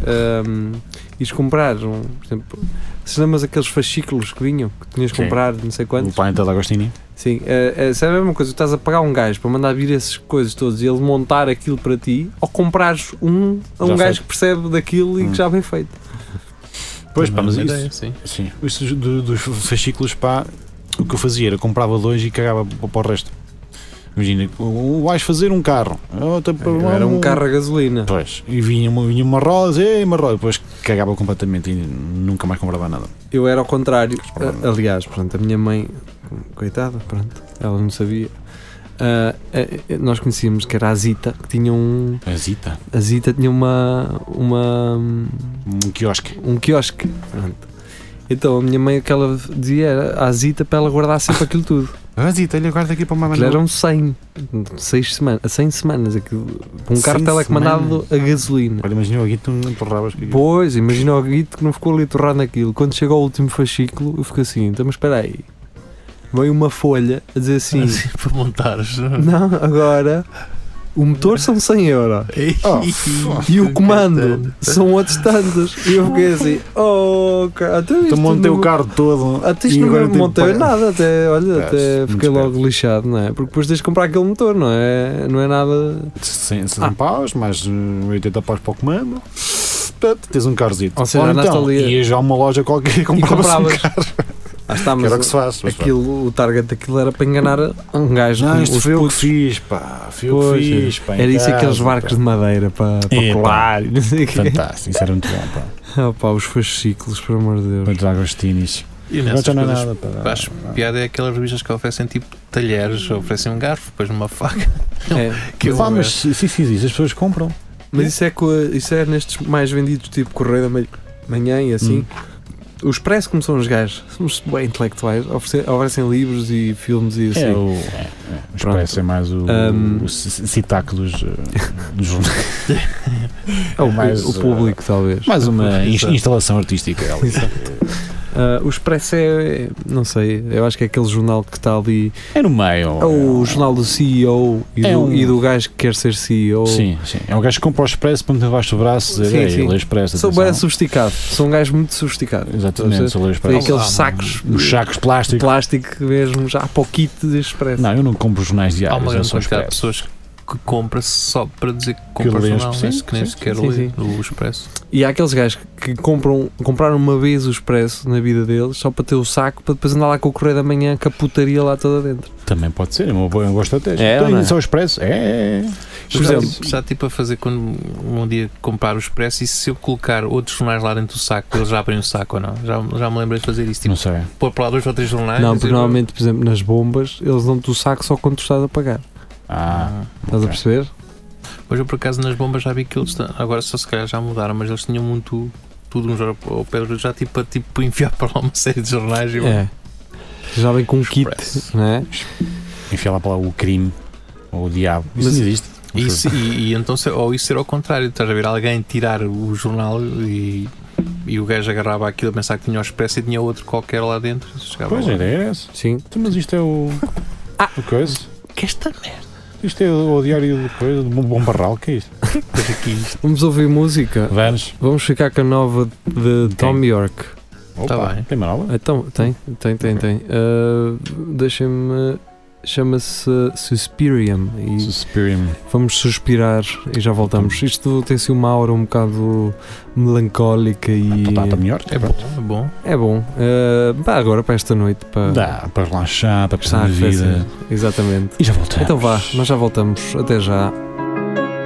B: hum, ires comprar, um, por exemplo, se lembras aqueles fascículos que vinham, que tinhas que
C: Sim.
B: comprar, não sei
C: O
B: quantos.
C: planeta da Agostini.
B: Sim, é, é, se é a mesma coisa, tu estás a pagar um gajo para mandar vir essas coisas todas e ele montar aquilo para ti, ou comprares um a um gajo
C: Já feito.
B: que percebe daquilo e
C: Hum.
B: que já vem feito.
C: Pois, pá, mas
D: é Uma
C: isso.
D: ideia, sim.
C: Sim. Isso do- dos fascículos, pá, o que eu fazia era comprava dois e cagava p- para o resto. Imagina, um- vais fazer um carro. outro para-
B: Era um carro a gasolina.
C: Pois, e vinha uma, vinha uma roda, dizia, ei, uma roda, depois cagava completamente e nunca mais comprava nada.
B: Eu era ao contrário.
C: Desculpa.
B: A- Aliás, pronto, a minha mãe, coitada, pronto, ela não sabia. Ah, eh, eh, nós conhecíamos que era a Zita, que tinha um.
C: A Zita,
B: A Zita tinha uma. uma
C: um quiosque.
B: um quiosque. Pronto. Então a minha mãe o que ela dizia era à Zita para ela guardar sempre aquilo tudo.
C: A Zita, olha, guarda aqui para uma
B: Aquilo eram 100, 6 semanas, 100 semanas aquilo, para um carro
C: 100
B: telecomandado a gasolina.
C: Olha, imagina o guito, não torravas. que-
B: Pois, imagina o Guito que não ficou ali torrado naquilo. Quando chegou ao último fascículo, eu fico assim, então mas espera aí. Veio uma folha a dizer
D: (laughs)
B: assim,
D: Assim, para montares. (laughs)
B: não, agora o motor são 100 euros e
C: (laughs)
B: o comando são outros tantos. E eu fiquei assim, oh, cara, até isto
C: Então montei
B: não- Ah.
C: o carro todo.
B: Até isto
C: e
B: não
C: agora
B: me
C: tenho que
B: montei
C: pagar.
B: nada, até, olha,
C: Pois,
B: até
C: muito
B: fiquei
C: esperto.
B: logo lixado, não é? Porque depois tens de comprar aquele motor, não é? Não é nada.
C: 100,
B: Ah.
C: 100 paus, mais eh, 80 paus para o comando. Portanto, tens um carrozito.
B: Ou seja, andaste
C: então,
B: ali-
C: ias já a uma loja qualquer e
B: E
C: compravas um
B: compravas.
C: carro.
B: Ah, está,
C: Que
B: mas
C: era o que se faz. mas
B: aquilo, o target daquilo era para enganar um gajo.
C: pronto.
B: com
C: Não, isto
B: os
C: foi eu que
B: putos.
C: fiz, pá. Foi tá, eu que
B: Pois,
C: fiz, pá. em
B: Era isso
C: casa,
B: aqueles barcos
C: pá.
B: de madeira para, para
C: Epa.
B: colar e não sei o (laughs) quê.
C: Fantástico, isso era muito bom, pá.
B: Ah pá, os fascículos, por amor de Deus.
C: Para os Agostinis.
D: E
C: Agora
D: nessas
C: já não é
D: coisas,
C: nada, pá.
D: Acho piada é aquelas revistas que oferecem tipo talheres, oferecem um garfo, depois uma faca.
C: então,
B: É,
D: Que
C: Pá,
D: eu-
C: mas se se isso existe, as pessoas compram.
B: Mas isso é, co- isso é nestes mais vendidos, tipo Correio da Ma- Manhã e assim.
C: Hum.
B: O Expresso, como são os gajos, somos bem intelectuais, oferecem, oferecem livros e filmes e assim.
C: É o. Os
B: Pronto.
C: preços é mais o,
B: Um,
C: o c- citaco dos, eh, dos jornais.
B: É o,
C: mais, eh,
B: o público, talvez.
C: (laughs) Mais (laughs) uma in-
D: Exato.
C: instalação artística. é ali.
B: Ah, o Expresso é, é- não sei, eu acho que é aquele jornal que está ali.
C: É no meio.
B: É o jornal do CEO e,
C: É
B: do,
C: um-
B: e do gajo que quer ser CEO.
C: Sim, sim. É um gajo que compra o expresso, põe debaixo do braço é, e diz:
B: Sim,
C: "Ei,
B: sim.
C: eu leio expresso.
B: Sou
C: atenção."
B: bem sofisticado, sou um gajo muito sofisticado.
C: Exatamente, sou leio
B: Tem
C: expresso.
D: Olá,
B: aqueles
D: mano.
B: sacos
C: Os sacos de
B: de
C: plástico.
B: plástico mesmo, já para o kit de expresso.
C: Não, eu não compro jornais
D: Há
C: diários,
D: uma
C: eu
D: grande
C: sou
D: quantidade de
C: expresso.
D: pessoas que compra-se só para dizer que compra
C: lê
D: o
C: as-
D: jornal,
C: sim,
D: acho que nem
C: sim,
D: sequer
B: sim,
D: lê
B: sim.
D: o expresso.
B: E há aqueles gajos que compram, compraram uma vez o expresso na vida deles só para ter o saco para depois andar lá com o correio da manhã com a putaria lá toda dentro.
C: Também pode ser, é uma boa, uma boa estratégia.
B: É,
C: então,
B: não é?
C: isso é o expresso? É, é, é.
B: Por
D: Está
B: exemplo-
D: tipo, está tipo a fazer quando um dia comprar o expresso e se eu colocar outros jornais lá dentro do saco, eles já abrem o saco ou não? Já, já me lembrei de fazer isso. Tipo,
C: Não sei.
D: pôr para lá dois ou três jornais. e
B: não, porque
D: dizer,
B: normalmente, por exemplo, nas bombas eles dão-te o saco só quando tu estás a pagar.
C: Ah,
B: Estás a
C: Ok.
B: perceber?
D: Hoje eu por acaso nas bombas já vi que eles estão- agora só se calhar já mudaram, mas eles tinham muito tudo uns ao ao pé do outro, já tipo a tipo, enfiar para lá uma (laughs) série de jornais e eu-
B: É. Já vem com um kit,
D: Expresso.
B: não é?
C: enfiar lá para lá o crime ou o diabo. Isso
B: Mas-
C: não existe.
D: E, se- e- e então ser- ou isso ser ao contrário, estás a ver alguém tirar o jornal e, e o gajo agarrava aquilo a pensar que tinha o expresso e tinha outro qualquer lá dentro. Chegava
C: Pois
D: lá.
C: é, era esse.
B: Sim.
C: Então, Mas isto é o.
B: Ah.
C: O coisa.
D: Que esta merda.
C: Isto é o diário de coisa, de um bom barral, que é isto?
D: Pois aqui isto.
B: Vamos ouvir música.
C: Vamos.
B: Vamos ficar com a nova de Tom York.
C: Opa,
D: bem.
C: tem manobra?
B: Então, tem, tem, tem, tem. Ah, Deixem-me. Chama-se Suspirium e
C: Suspirium.
B: vamos suspirar e já voltamos. Isto tem assim uma aura um bocado melancólica e.
C: Então está melhor?
D: É bom, é bom.
B: É bom. Ah, pá, agora para esta noite. Para
C: Dá para relaxar, para
B: estar
C: pensar na vida.
B: Exatamente.
C: E já voltamos.
B: Então vá, nós já voltamos. Até já.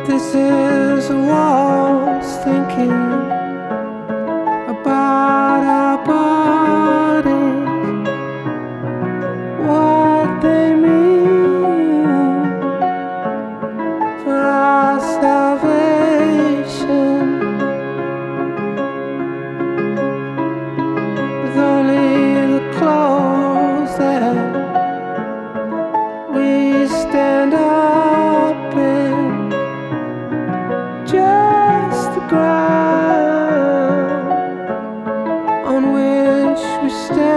F: This is what thinking about our bodies, what they mean for our salvation. With only the clothes that we stand up in just the ground on which we stand.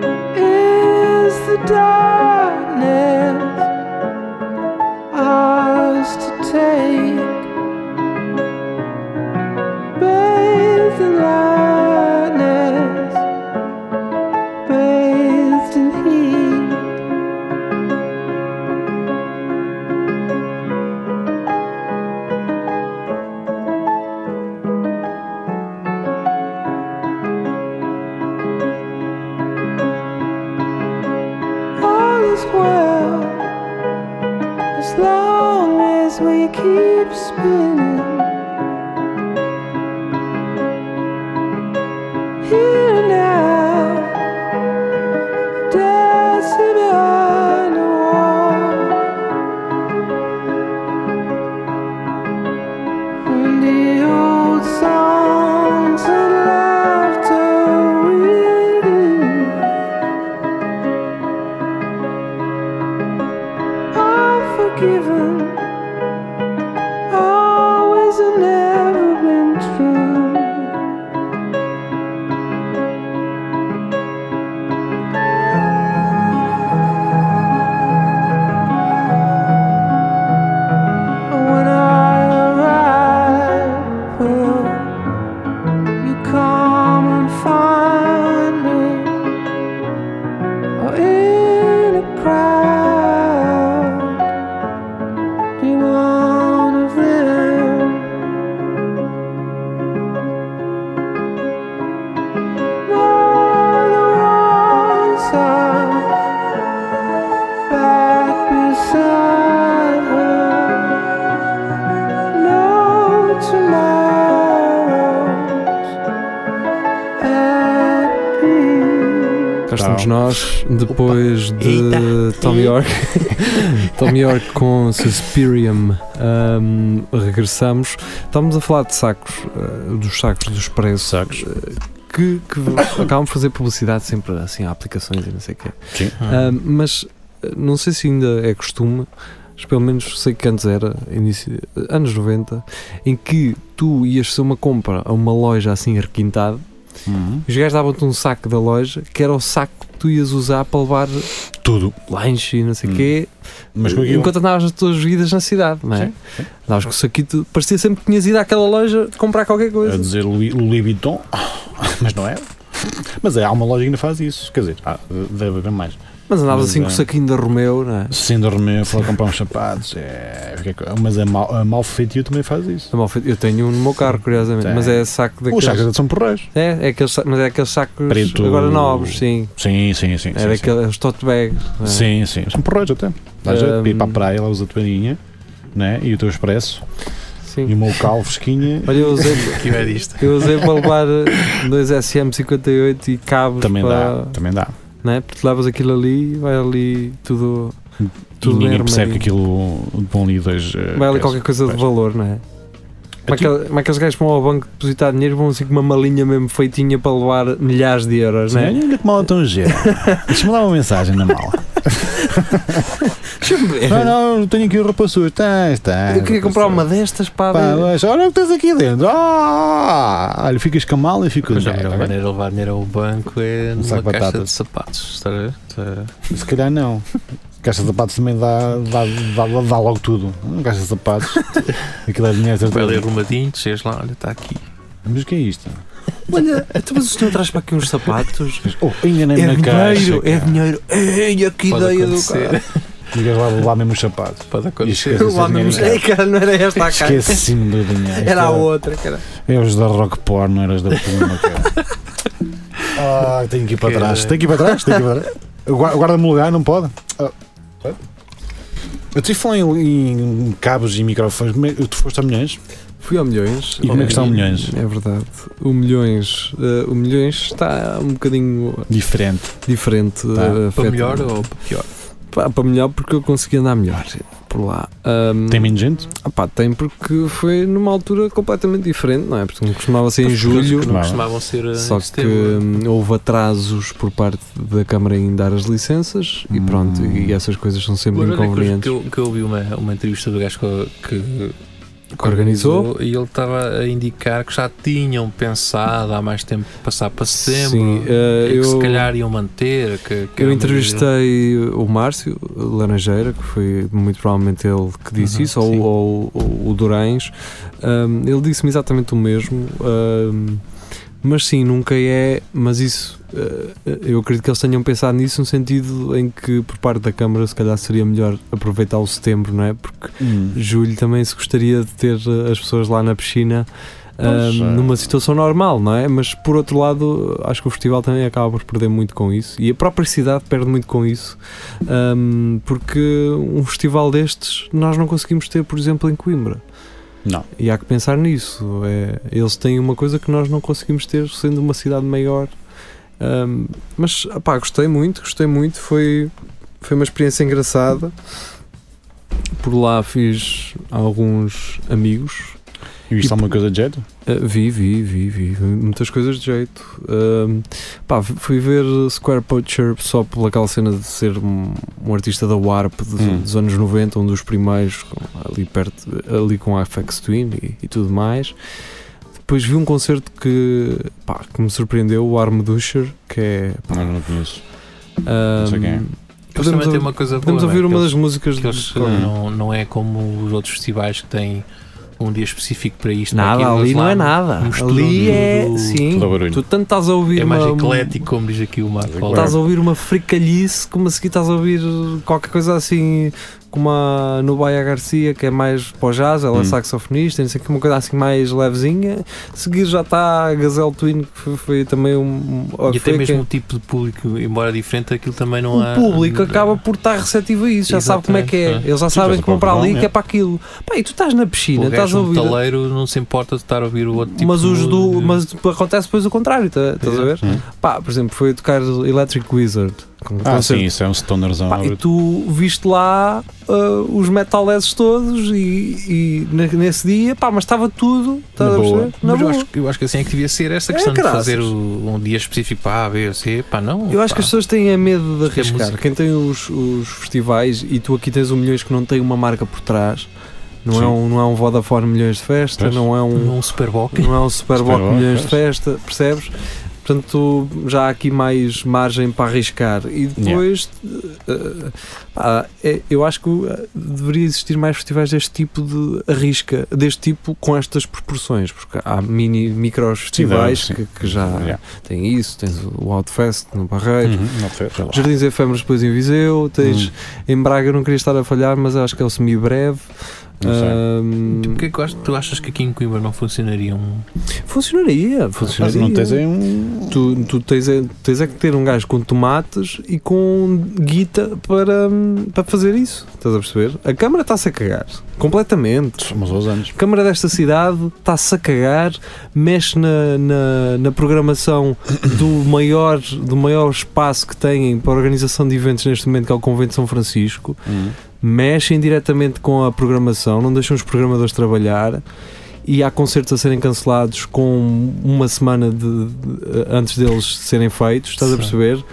F: Is the darkness ours to take? Bathed in lightness, bathed in heat. all is well as long as we keep spinning. Here and now, dancing behind the wall. And the old songs and laughter we knew. are forgiven. Always and never been true. When I arrive, will you come and find me? or in a crowd. Be one of them. Neither one's out back beside her. No tomorrows at peace.
B: Cá estamos nós, depois de Tom
C: (laughs)
B: York. Tom York com Suspirium. Ahm, regressamos. Estamos a falar de sacos, ah, dos sacos do Expresso.
C: Sacos.
B: ah, que, que (coughs) acabam de fazer publicidade sempre assim a aplicações e não sei o quê.
C: Sim.
B: Ah, mas ah, não sei se ainda é costume, mas pelo menos sei que antes era, início, eh, anos 90, em que tu ias fazer uma compra a uma loja assim requintada
C: Uhum.
B: os gajos davam-te um saco da loja que era o saco que tu ias usar para levar
C: Tudo.
B: lanche e não sei o
C: Hum.
B: quê,
C: Mas com aquilo.
B: enquanto andavas nas tuas vidas na cidade, não é?
C: Sim, sim.
B: Andavas com o saquito, parecia sempre que tinhas ido àquela loja comprar qualquer
C: A
B: coisa.
C: dizer Louis, Louis Vuitton. (laughs) Mas não é? Mas é, há uma loja que ainda faz isso. Quer dizer, há- deve haver mais.
B: Mas andavas
C: Mas
B: assim com o
C: é.
B: saquinho da Romeu, não é?
C: Sendo Romeu para comprar uns sapatos, é. fica co- Mas a, mal, a Malfeitio também faz isso.
B: É mal feito. Eu tenho um no meu carro, curiosamente,
C: Tem.
B: mas é saco
C: Os
B: daqueles.
C: sacos são porreiros.
B: É, é aqueles, sa- mas é aqueles sacos
C: Preto.
B: agora novos, sim.
C: Sim, sim, sim.
B: Era
C: sim, sim.
B: aqueles tote bags. não é?
C: Sim, sim. São porreiros até. Dá jeito de ir para a
B: Hum.
C: praia, lá usa a tua linha, né? e o teu expresso,
B: Sim.
C: e o meu calvo fresquinha.
B: Olha, eu usei,
D: Que é
C: (laughs)
D: disto.
B: eu usei para levar eh, dois SM58 e cabos
C: Também
B: para,
C: dá, também dá.
B: Né? Porque levas aquilo ali e vai ali tudo.
C: E
B: tudo bem
C: ninguém percebe que
B: armadinho.
C: aquilo vão ali dois. eh,
B: Vai ali
C: peças.
B: qualquer coisa de
C: Pois.
B: valor, não é? Como
C: Aqui-
B: aquele- como aqueles gajos que vão ao banco depositar dinheiro vão assim com uma malinha mesmo feitinha para levar milhares de euros,
C: Sim,
B: não é?
C: olha que mala tão
B: (laughs)
C: gira. Deixa-me lá uma mensagem na mala. Não, não, eu tenho aqui o roupa suja. Tens, tens.
B: Eu queria
C: roupa
B: comprar
C: suja.
B: uma destas
C: Pá,
B: para.
C: mas olha o que tens aqui dentro. Ah! Olha, ficas com a mala e ficas.
D: Mas a
C: É,
D: melhor
C: tá bem.
D: maneira de levar dinheiro ao banco é
C: Um saco
D: numa
C: de
D: caixa
C: batatas.
D: de sapatos. Estás a ver? Tá-
C: Se calhar não. Caixa de sapatos também dá, dá, dá, dá, dá logo tudo. Um Caixa
B: (laughs)
C: de sapatos. Aquilo é dinheiro
D: Vai ali
C: certeza.
D: arrumadinho, chegas lá, olha, está aqui.
C: Mas o que é isto?
B: Olha, tu mas o senhor traz para aqui uns sapatos.
C: Oh, enganei-me na caixa.
B: é
C: cara.
B: dinheiro. Ei, que
D: Pode
B: ideia do
D: acontecer.
B: cara.
C: E o gajo lá, lá mesmo os sapatos.
D: (laughs) Pode
C: E
D: acontecer.
C: esquece esse
B: Lá
C: dinheiro em
B: mesmo. É
C: casa.
B: Ei, cara, não era esta a cara.
C: Esqueci-me do dinheiro.
B: Era a
C: Aquilo é-
B: outra, cara.
C: Eras da rock porn, não eras da Puma, cara. Ah, tenho que ir para
D: Que-
C: trás. Tenho que ir para trás, tenho que ir para trás. Gua- Guarda-me o lugar, não pode. Ah, pode? Eu te falei em, em cabos e microfones. Como é- Tu foste a milhões?
B: Fui ao Milhões.
C: E como é que está o Milhões?
B: É verdade. O Milhões, eh, o milhões está um bocadinho
C: Diferente.
B: diferente.
C: Tá.
B: eh,
D: Para
B: afeta-
D: melhor ou para pior?
B: Pá, para melhor porque eu consegui andar melhor por lá. Ahm,
C: Tem menos gente?
B: ah pá, tem porque foi numa altura completamente diferente, não é? Porque não costumava ser em
D: Que
B: julho,
D: não
C: Não.
D: costumavam ser eh,
B: só
D: em
B: que
D: setembro.
B: hum, houve atrasos por parte da Câmara em dar as licenças e
C: Hum.
B: pronto, e essas coisas são sempre
D: Mas olha que eu- que,
B: inconvenientes.
D: eu, que eu ouvi uma, uma entrevista do gajo que, que-
B: Que organizou?
D: e ele estava a indicar que já tinham pensado há mais tempo passar para setembro.
B: Sim, eh,
D: que se
B: eu-
D: calhar iam manter. Que, que
B: Eu
D: era
B: entrevistei o Márcio Laranjeira, que foi muito provavelmente ele que disse
D: Uhum,
B: isso, ou,
D: sim.
B: ou- ou o Durães. Ahm, ele disse-me exatamente o mesmo. ahm, mas sim, nunca é. Mas isso, ah, eu acredito que eles tenham pensado nisso no sentido em que, por parte da Câmara, se calhar seria melhor aproveitar o setembro, não é? Porque
C: Hum.
B: julho também se gostaria de ter ah, as pessoas lá na piscina.
C: Pois,
B: ahm,
C: é.
B: numa situação normal, não é? Mas por outro lado, acho que o festival também acaba por perder muito com isso e a própria cidade perde muito com isso, ahm, porque um festival destes nós não conseguimos ter, por exemplo, em Coimbra.
C: Não.
B: E há que pensar nisso. É, eles têm uma coisa que nós não conseguimos ter, sendo uma cidade maior. Ahm, mas, pá, gostei muito, gostei muito. Foi, foi uma experiência engraçada. Por lá fiz alguns amigos.
C: E viste
B: E-
C: alguma coisa de jeito?
B: Ah, vi, vi, vi, vi. vi Muitas coisas de jeito. Ahm, pá, fui ver Square Poacher só pelaquela cena de ser um, um artista da Warp de-
C: Hum.
B: dos anos 90, um dos primeiros, com- ali perto, ali com a FX Twin e, e tudo mais. Depois vi um concerto que, pá, que me surpreendeu, o Arm Dusher, que é. pá,
C: Não, não conheço.
B: ahm,
C: sei quem é.
D: Eles também
B: podemos
D: têm
B: ou-
D: uma coisa
B: podemos
D: boa,
B: ouvir
D: não é?
B: uma
D: Que
B: das músicas
D: eles- que eles,
B: do-
C: Hum.
D: não, não é como os outros festivais que têm um dia específico para isto. para
B: Nada,
D: aquilo,
B: ali
D: eles
B: não
D: lá
B: é nada.
D: misturam
B: Ali é.
D: tudo-
B: Sim.
C: Tudo ao barulho.
B: Tu tanto estás a ouvir
D: É mais
B: uma-
D: eclético, como diz aqui o Marco.
C: Claro.
B: Estás a ouvir uma fricalhice, como a seguir estás a ouvir qualquer coisa assim, como a Nubaia Garcia, que é mais para o jazz, ela é
C: Hum.
B: saxofonista, não sei o que, uma coisa assim mais levezinha. A seguir já está a Gazelle Twin, que foi, foi também um.
D: E
B: foi
D: até mesmo
B: quem-
D: o tipo de público, embora diferente, aquilo também não há. eh,
B: o público acaba por estar reativo a isso, já sabe como é que é.
D: Exatamente, é.
B: Eles já
C: Sim,
B: sabem
C: já
B: que vão para
C: sabem
B: ali que
C: que
B: é
C: vão,
B: para aquilo. Pá, e tu estás na
D: O gajo
B: piscina, né? estás a
D: no
B: ouvir.
D: metaleiro não tá se importa de estar a ouvir o outro tipo
B: mas, os
D: de-
B: do, mas tipo, acontece depois o contrário, tá- estás a ver?
C: Hum.
B: Pá, por exemplo, foi tocar Electric Wizard. com um
C: Ah,
B: concerto
C: sim, isso é um stonerzão.
B: Pá, e tu viste lá ah, os metaleses todos e, e ne- nesse dia, pá, mas estava tudo, estás
C: Na
B: a
C: boa.
B: perceber? Na
D: Mas eu
B: boa.
D: acho, que- eu acho que assim é que devia ser essa
B: É,
D: questão de
B: caraças.
D: fazer o- um dia específico para A, B ou C. Pá, não.
B: Eu acho que
D: pá.
B: as pessoas têm a medo de
D: Isto é
B: arriscar.
D: música.
B: Quem tem os, os festivais e tu aqui tens um milhões que não tem uma marca por trás, não,
C: Sim.
B: é um, não é um Vodafone milhões de festa,
C: Pois.
B: não é um,
D: Um Superboc.
B: não é um Superboc
C: Superboc,
B: milhões de
C: pois.
B: festa, percebes? portanto já há aqui mais margem para arriscar. E depois eh, pá, é- eu acho que eh, deveria existir mais festivais deste tipo de arrisca, deste tipo com estas proporções, porque há mini micros festivais
C: sim.
B: que, que já
C: Yeah.
B: têm isso, tens o Outfest no Barreiro.
C: Uhum, não foi, foi lá.
B: Jardins Efêmeros depois em Viseu, tens
C: Hum.
B: em Braga, não queria estar a falhar, mas acho que é o semi-breve.
C: Não sei.
B: Ahm,
D: Porquê tipo, que eu acho- tu achas que aqui em Coimbra não funcionaria um.
B: funcionaria,
C: Mas
B: funcionaria.
C: não tens aí um.
B: Tu, tu tens, é, tens é que ter um gajo com tomates e com guita para, hum, para fazer isso. Estás a perceber? A Câmara está-se a cagar. Completamente.
C: Mas aos anos.
B: A Câmara desta cidade está-se a cagar, mexe na, na, na programação do maior, do maior espaço que têm para a organização de eventos neste momento, que é o Convento de São Francisco
C: Uhum.
B: mexem diretamente com a programação, não deixam os programadores trabalhar e há concertos a serem cancelados com uma semana de, de- antes deles serem feitos, estás a
D: Sim.
B: perceber?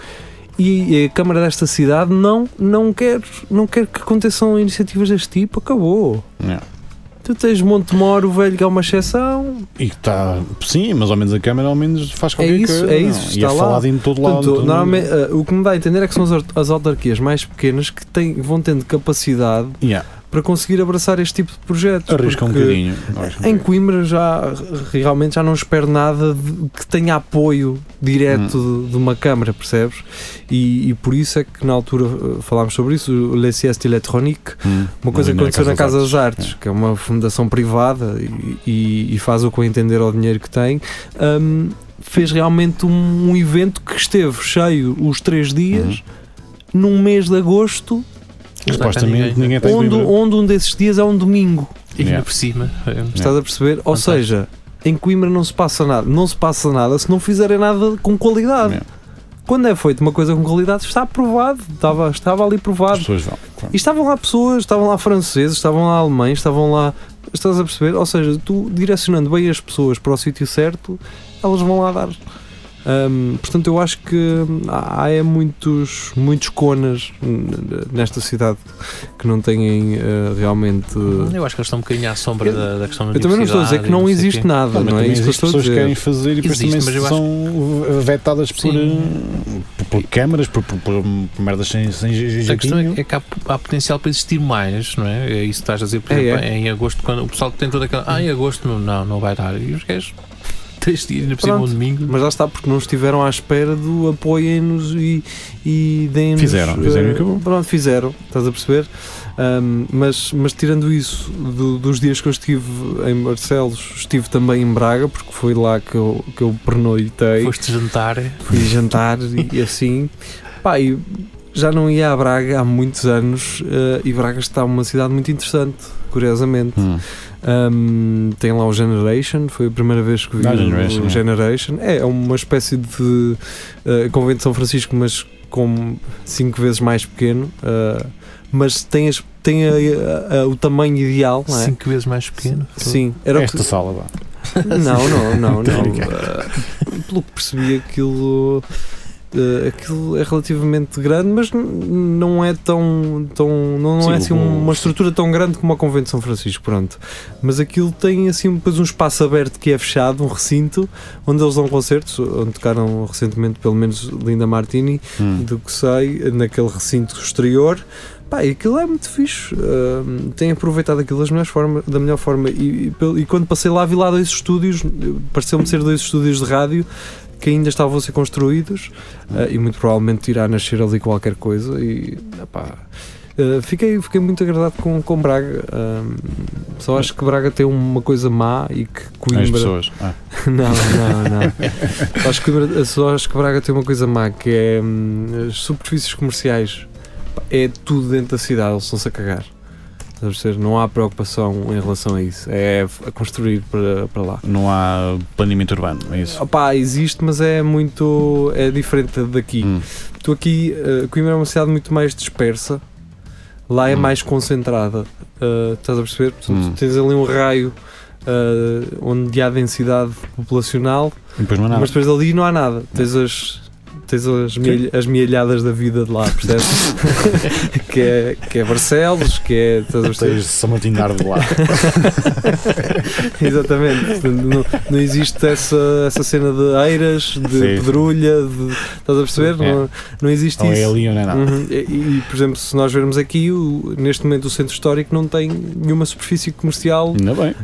B: E a Câmara desta cidade não, não, quer, não quer que aconteçam iniciativas deste tipo, acabou.
C: É.
B: Tu tens Montemor, o velho, que é uma exceção.
C: E que está. Sim, mas ao menos a câmera ao menos faz qualquer
B: isso,
C: coisa.
B: é
C: não?
B: isso,
C: E
B: está
C: é
B: lá.
C: falado em todo lado.
B: Portanto,
C: então, em todo
B: normalmente,
C: mundo.
B: ah, o que me dá a entender é que são as, aut- as autarquias mais pequenas que têm, vão tendo capacidade
C: Yeah,
B: para conseguir abraçar este tipo de projetos.
C: Arrisca um
B: porque-
C: bocadinho. Arrisca um
B: Em
C: bocadinho.
B: Coimbra já realmente já não espero nada de- que tenha apoio direto
C: Hum.
B: de, de uma Câmara, percebes? E, e por isso é que na altura eh, falámos sobre isso, o Le Sieste Electronique,
C: Hum,
B: uma coisa que
C: ali
B: aconteceu na Casa das Artes,
C: Artes,
B: que é uma fundação privada e, e- e faz o que eu entender ao dinheiro que tem, hum, fez realmente um, um evento que esteve cheio os três dias, num mês de agosto,
D: Não está cá
C: Supostamente ninguém tem
B: onde,
C: Coimbra.
B: onde um desses dias é um domingo.
D: E ainda
C: Yeah.
D: por cima. é,
B: Estás a perceber? Ou
D: Fantástico.
B: seja, em Coimbra não se passa nada, não se passa nada se não fizerem nada com qualidade.
C: Yeah.
B: Quando é feito uma coisa com qualidade, está aprovado, estava, estava ali
C: As
B: provado.
C: pessoas vão. claro.
B: E estavam lá pessoas, estavam lá franceses, estavam lá alemães, estavam lá. Estás a perceber? Ou seja, tu direcionando bem as pessoas para o sítio certo, elas vão lá dar. Hum, portanto, eu acho que há, há é muitos, muitos conas hum, nesta cidade que não têm eh, realmente.
D: Eu acho que eles estão um bocadinho à sombra
B: Eu-
D: da, da questão da
B: Eu também não estou a dizer que não existe nada,
C: Também
B: não é
C: também
B: isso que eu
C: existe
B: estou a
C: pessoas que querem
B: dizer.
C: fazer e depois
D: Existe, mas
C: também
D: eu
C: são vetadas por,
D: Sim.
C: eh, por, por câmaras, por, por, por merdas sem, sem
D: A questão
C: jeitinho.
D: é, é que há, há potencial para existir mais, não é? É isso que estás a dizer, por
B: É,
D: exemplo, em agosto, quando o pessoal tem toda aquela. Ah, em agosto não, não, não vai dar. E os gajos, (laughs) três dias, ainda por cima, um
B: Pronto.
D: domingo.
B: Mas lá está, porque não estiveram à espera do apoiem-nos e, e deem-nos.
C: Fizeram, fizeram e
B: eh,
C: acabou.
B: Pronto, fizeram, estás a perceber? Ahm, mas, mas tirando isso, do- dos dias que eu estive em Barcelos, estive também em Braga, porque foi lá que eu, que eu pernoitei.
D: Foste jantar.
B: fui jantar e, e assim. Pá, e já não ia a Braga há muitos anos eh, e Braga está uma cidade muito interessante, curiosamente.
C: Hum.
B: Um, tem lá o Generation, foi a primeira vez que vi
C: Ah,
B: o
C: Generation,
B: Generation.
C: é.
B: É, é uma espécie de uh, convento de São Francisco, mas com cinco vezes mais pequeno. uh, mas tem, as- tem a- a- a- o tamanho ideal, não é?
D: Cinco vezes mais pequeno.
B: Sim, era o que-
C: É Esta sala, vá.
B: Não,
C: (laughs)
B: não, não,
C: Tô
B: não.
C: brincando.
B: Uh, (laughs) pelo que percebi, aquilo. uh, aquilo é relativamente grande, mas n- não é tão. tão não, não
C: Sim,
B: é assim
C: o-
B: uma estrutura tão grande como a Convento de São Francisco, pronto. Mas aquilo tem assim depois um espaço aberto que é fechado, um recinto, onde eles dão concertos, onde tocaram recentemente pelo menos Linda Martini,
C: Hum.
B: do que sei, naquele recinto exterior. Pá, e aquilo é muito fixe. Ahm, Tenho aproveitado aquilo das melhores forma, da melhor forma. E, e pel- e quando passei lá, vi lá dois estúdios, pareceu-me ser dois estúdios de rádio que ainda estavam a ser construídos ah, e muito provavelmente irá nascer ali qualquer coisa. E epá, ah, fiquei, fiquei muito agradado com, com Braga. Ahm, só acho que Braga tem uma coisa má e que
C: As
B: Coimbra.
C: pessoas. Ah.
B: Não, não, não. acho, que, Bra- só acho que Braga tem uma coisa má, que é hum, as superfícies comerciais. Pá, É tudo dentro da cidade, eles estão-se a cagar. Estás a perceber? Não há preocupação em relação a isso. É f- a construir para, para lá.
C: Não há planeamento urbano, é isso.
B: Opá, existe, mas é muito. é diferente daqui.
C: Hum.
B: Tu aqui, eh, Coimbra é uma cidade muito mais dispersa, lá é
C: Hum.
B: mais concentrada. eh, estás a perceber? Portanto,
C: Hum.
B: tu tens ali um raio eh, onde há densidade populacional
C: E depois não há nada.
B: mas depois ali não há nada. Tens as tens as, milha- as mielhadas da vida de lá,
C: (laughs)
B: percebes? que, é, que é Barcelos, que é. Estás a perceber? (laughs)
C: Tens Samantinar de lá.
B: Exatamente. Portanto, Não, não existe essa, essa cena de eiras, de
C: Sim.
B: pedrulha, de, estás a perceber?
C: É.
B: Não, não existe
C: Não é
B: isso.
C: ali ou não é nada.
B: Uhum. E, e, por exemplo, se nós vermos aqui, o- neste momento o centro histórico não tem nenhuma superfície comercial.
C: Ainda bem.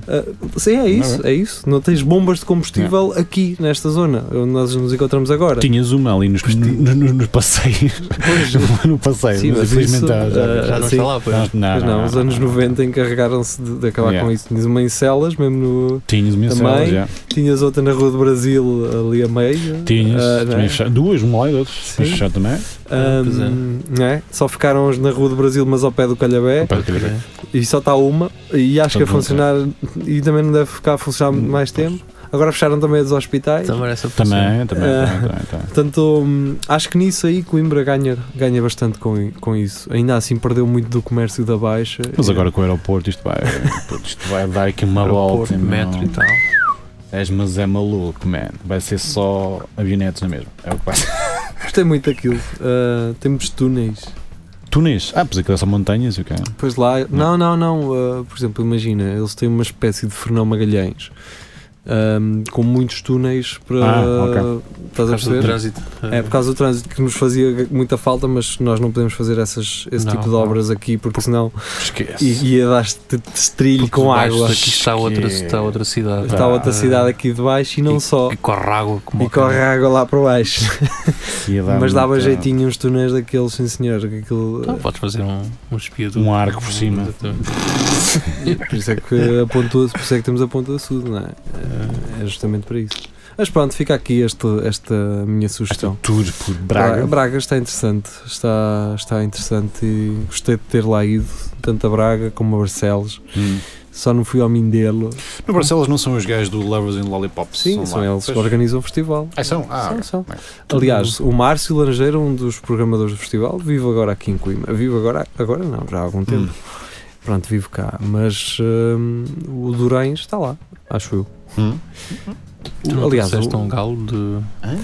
B: Sim, é isso,
C: Não
B: é isso. Não tens bombas de combustível aqui, nesta zona, onde nós nos encontramos agora.
C: Tinhas uma ali nos, nos, nos, nos passeios. (laughs) no passeio,
B: Hum. Sim, mas
C: mas infelizmente
B: isso,
C: já- já-
B: ah,
D: Já não
B: sim.
D: está lá, pois.
C: já- não,
B: Mas
C: não,
B: não, os
C: não,
B: anos
C: não.
B: 90 encarregaram-se de, de acabar
C: Yeah.
B: com isso. Tinhas uma em Celas, mesmo no.
C: Tinhas uma
B: Também.
C: célula já.
B: Tinhas outra na Rua do Brasil, ali a meio.
C: Tinhas,
B: Ah, não é?
C: também fechado. duas, uma lá e outra.
B: Sim.
C: Mas fechado também.
B: Ahm,
D: Pois é.
B: não é? Só ficaram as na Rua do Brasil, mas ao pé do Calhabé.
C: Pá, quer dizer,
B: E só está uma. E acho que a
C: Portanto,
B: funcionar. E também não deve ficar a funcionar muito
C: Hum,
B: mais
C: pois.
B: tempo. Agora fecharam também as hospitais.
D: é, Também essa
C: Também, também,
B: Eh.
C: também, também, também.
B: Portanto, hum, acho que nisso aí Coimbra ganha, ganha bastante com, com isso. Ainda assim perdeu muito do comércio da Baixa.
C: Mas agora com o aeroporto isto vai, putz, isto vai dar aqui uma volta. meu.
D: metro e tal.
C: És, mas é maluco, man. Vai ser só avionetes, não é mesmo? É o que vai ser. (laughs)
B: Gostei muito daquilo. Ah, temos túneis.
C: Túneis. Ah, pois aquilo é só montanhas e o quê?
B: Pois lá, não, não, não. ah, por exemplo, imagina, eles têm uma espécie de Fernão Magalhães ahm, com muitos túneis para.
C: Ah, ok.
B: Estás a
D: Por causa do
B: perceber?
D: trânsito. eh,
B: É por causa do trânsito que nos fazia muita falta, mas nós não podemos fazer essas, esse
D: Não,
B: tipo de
D: não.
B: obras aqui porque senão
C: Esquece.
B: i- ia dar te trilho
D: Porque
B: com
D: debaixo
B: água.
D: Daqui está
C: é.
D: outra, está outra cidade. Ah,
B: Está outra cidade aqui de baixo e não
D: e-
B: só.
D: Que corre água como
B: E
D: ao
B: corre
D: caralho.
B: água lá para baixo.
C: Ia dar
B: Mas dava
C: muita-
B: jeitinho uns túneis daqueles, sim senhor. que Aquilo,
D: Então, podes fazer um, um espiado.
C: Um arco por cima.
B: Por isso é que, a ponta, por isso é que temos a ponta sul, não é? É justamente para isso. Mas pronto, fica aqui este, esta minha sugestão.
C: Tour por Braga.
B: Braga está interessante, está, está interessante e gostei de ter lá ido, tanto a Braga como a Barcelos.
C: Hum.
B: Só não fui ao Mindelo.
C: No Barcelos não são os gajos do Lovers and Lollipops.
B: Sim, são
C: lá.
B: eles que
C: Pois.
B: organizam o festival.
C: Ah, são? Ah,
B: São,
C: ok.
B: são.
C: bem.
B: Aliás, o Márcio Laranjeira, um dos programadores do festival, vive agora aqui em Coimbra. Vive agora, agora não, já há algum tempo.
C: Hum.
B: Pronto, vive cá. Mas hum, o Durães está lá, acho eu.
C: Hum.
D: Tu não
B: Aliás,
D: Aliás, trouxeste
B: o-
D: um galo de.
C: Hã?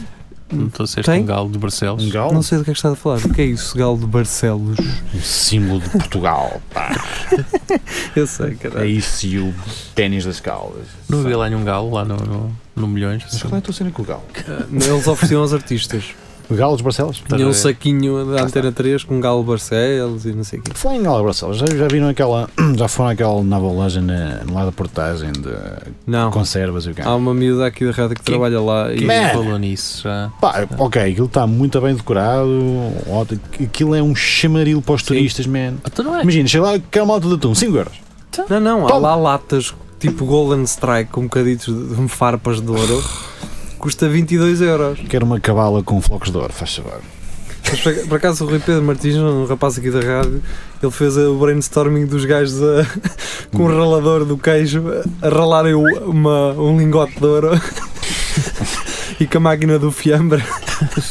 D: Não trouxeste
B: Tem?
D: um galo de Barcelos.
C: Um galo?
B: não sei do que é que está a falar. O que é isso, Galo de Barcelos?
C: Um símbolo de Portugal. Pá.
B: (laughs) Eu sei,
C: (laughs) É
B: caralho.
C: isso e o ténis das caldas.
D: Não havia lá nenhum galo, lá no, no, no Milhões. Assim,
C: Mas qual é a tua cena com o galo?
B: Ah, Eles ofereciam aos artistas.
C: O galo dos Barcelos?
D: Tá
B: Tinha um
D: bem.
B: saquinho da Antena 3 com Galo Barcelos e não sei o quê.
C: Falar em Galo Barcelos, já, já viram aquela. (clears throat) Já foram àquela nova loja na, lá da portagem de
B: Não.
C: conservas e o quê?
B: Há uma miúda aqui da rádio que
D: Quem-
B: trabalha lá e
D: Quem
C: Man!
D: falou nisso já?
C: Pá, ok, aquilo está muito bem decorado, ótimo. aquilo é um chamaril para os turistas, man.
D: Então não é?
C: Imagina, chega lá, quer uma alta de atum, 5 euros.
B: Não, não, há
C: Toma.
B: lá latas tipo Golden Strike com bocaditos de de farpas de ouro. Custa 22 euros.
C: Quero uma cabala com flocos de ouro, faz favor.
B: Mas, por, por acaso o Rui Pedro Martins, um rapaz aqui da rádio, ele fez eh, o brainstorming dos gajos a- (laughs) com o ralador do queijo a ralarem o- uma- um lingote de ouro (laughs) e com a máquina do fiambre.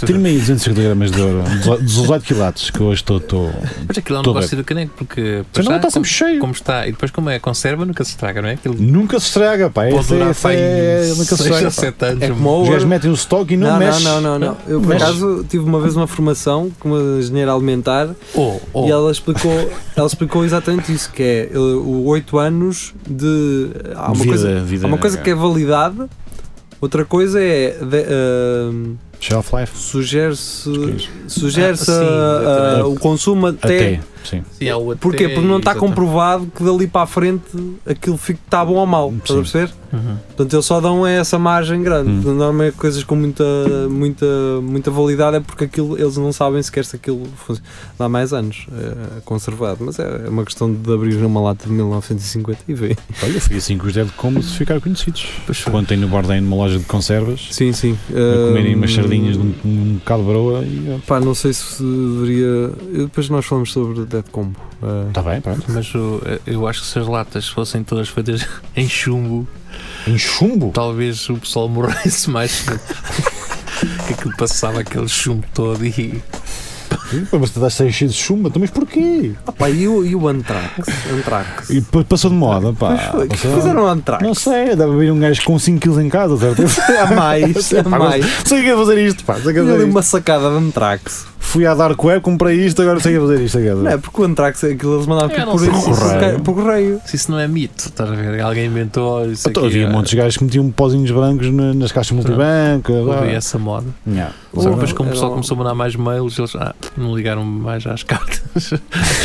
C: Tira-me aí 250 gramas de ouro, 18 quilates, que hoje estou. estou-
D: Mas aquilo é um
C: Tudo
D: negócio do caneco, porque.
C: Mas não
D: já,
C: está sempre
D: como,
C: cheio.
D: como está, e depois, como é conserva, nunca se estraga, não é? Aquilo
C: Nunca se estraga, pá.
D: pode
C: Essa,
D: durar
C: essa é,
D: pai,
C: nunca se
D: 6
C: estraga.
D: ou
C: pá.
D: 7 anos. um
B: É como o
C: Os gajos
B: ouro.
C: metem o stock e não,
B: não,
C: mexe.
B: não, não, não, não. Eu, por
C: Mexe.
B: acaso, tive uma vez uma formação com uma engenheira alimentar
D: Oh, oh.
B: E ela explicou, ela explicou exatamente isso, que é eh, o 8 anos de. Há uma,
C: vida,
B: coisa,
C: vida.
B: há uma coisa que é validade, outra coisa é. de- eh,
C: Shelf life.
B: Sugere-se
C: Esquece.
B: sugere se
D: Ah, sim, exatamente.
B: o consumo até.
C: Até, sim.
D: Sim, há o até,
B: Porquê? Porque não está
D: exatamente.
B: comprovado que dali para a frente aquilo fique está bom ou mau. Estás a
C: Sim.
B: perceber?
D: Uhum.
B: Portanto, eles só dão é essa margem grande.
C: Hum.
B: Normalmente, coisas com muita, muita, muita validade é porque aquilo, eles não sabem sequer se aquilo func- dá mais anos eh, conservado. Mas é é uma questão de abrir uma lata de 1950 e ver.
C: Olha, foi assim que os deve como se ficar conhecidos.
D: Pois foi.
C: Quando tem no Bordem numa loja de conservas,
B: Sim, sim. Hum,
C: a comerem umas sardinhas de um, um bocado de broa e.
B: Pá, não sei se deveria. eu- Depois nós falamos sobre Dead Combo. Eh,
C: Está tá bem, pronto.
D: Mas o- eu acho que se as latas fossem todas feitas (laughs) em chumbo,
C: Em chumbo?
D: talvez o pessoal (laughs) morresse mais. cedo. que aquilo passava aquele chumbo todo e.
C: Tá, Mas tu dás 6 de chumba, então, mas porquê?
B: Ah, pá, e o, e o (laughs) Antrax? Antrax.
C: E pa- passou de moda, pá.
B: Pois foi, o que é que
C: Passou-
B: fizeram o Antrax?
C: Não sei, deve haver um gajo com 5 kg em casa, certo?
B: É A (laughs) mais, a mais.
C: Sei que é fazer isto, pá. Sei que é
B: Eu
C: fazer
B: dei
C: isto.
B: uma sacada de Antrax.
C: Fui à Dark Web, comprei isto, agora sei que é fazer isto. sei que é fazer
B: Não é
C: isto.
B: porque o Antrax, aquilo eles mandavam
D: Eu
B: por,
D: não
B: correio-
D: sei.
B: por correio.
C: Correio.
B: por correio.
D: Se isso não é mito, estás a ver? Alguém inventou isso
C: Então,
D: aqui.
C: havia
B: é.
D: ah,
C: montes de gajos que metiam pozinhos brancos na- nas caixas multibanco. blá.
D: Houve essa moda.
C: Yeah.
D: Só que
B: Ou-
C: (laughs)
D: depois, como o pessoal
B: era-
D: começou a mandar mais mails, eles ah, não ligaram mais às (laughs) cartas.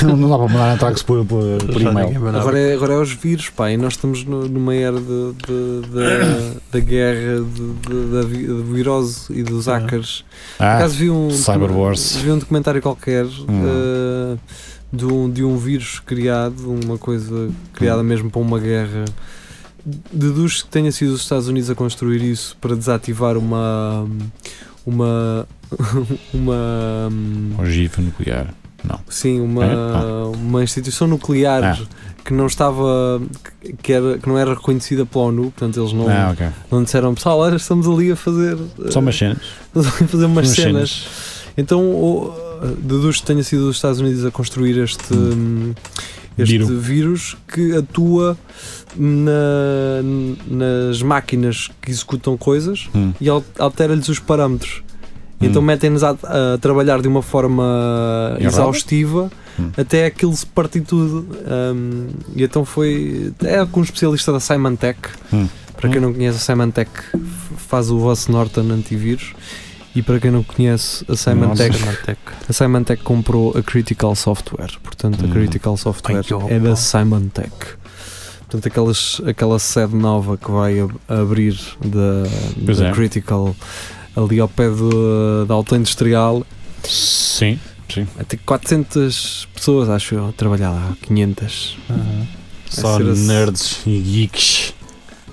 C: Não não dá para mandar Antrax por, por, por
D: Já
C: e-mail.
D: ninguém mandava.
B: Agora é, agora é os vírus, pá, e nós estamos no- numa era de- de- (coughs) da- da guerra, de- de- da vi- da virose e dos
D: É.
B: hackers. Por
C: Ah,
B: acaso vi um,
C: Cyber Wars. Hum.
B: vi um documentário qualquer eh, de, um, de um vírus criado, uma coisa criada
C: Hum.
B: mesmo para uma guerra. Deduz que tenha sido os Estados Unidos a construir isso para desativar uma. uma. (laughs) uma.
C: ogiva um nuclear.
B: Sim, uma,
C: É? Ah.
B: uma instituição nuclear que não estava. que- que, era, que não era reconhecida pela ONU, portanto eles não,
C: Ah, ok.
B: não disseram pessoal, olha, estamos ali a fazer.
C: Só
B: eh, (laughs)
C: umas cenas.
B: a fazer umas
C: Umas
B: cenas.
C: cenas.
B: Então o, uh, deduz que tenha sido os Estados Unidos a construir este, hum, este
C: Viro.
B: vírus que atua na- nas máquinas que executam coisas
C: Hum.
B: e al- altera-lhes os parâmetros. Então
C: Hum.
B: metem-nos a, a trabalhar de uma forma
C: Errada?
B: exaustiva
C: Hum.
B: até aquilo se partir tudo. Hum, e então foi. É com um especialista da Symantec.
C: Hum.
B: Para quem não conhece, a Symantec f- faz o vosso Norton antivírus. E para quem não conhece, a Symantec,
D: Symantec.
B: a Symantec comprou a Critical Software. Portanto,
C: Hum.
B: a Critical Software
D: Ai, que horror.
B: é da Symantec. Portanto, aquelas, aquela sede nova que vai ab- abrir da,
C: Pois
B: da
C: é.
B: Critical ali ao pé do- da Alta Industrial,
C: Sim.
B: até 400 pessoas, acho eu, a trabalhar lá, 500.
D: Uhum.
C: Só
B: ser esse-
C: nerds e geeks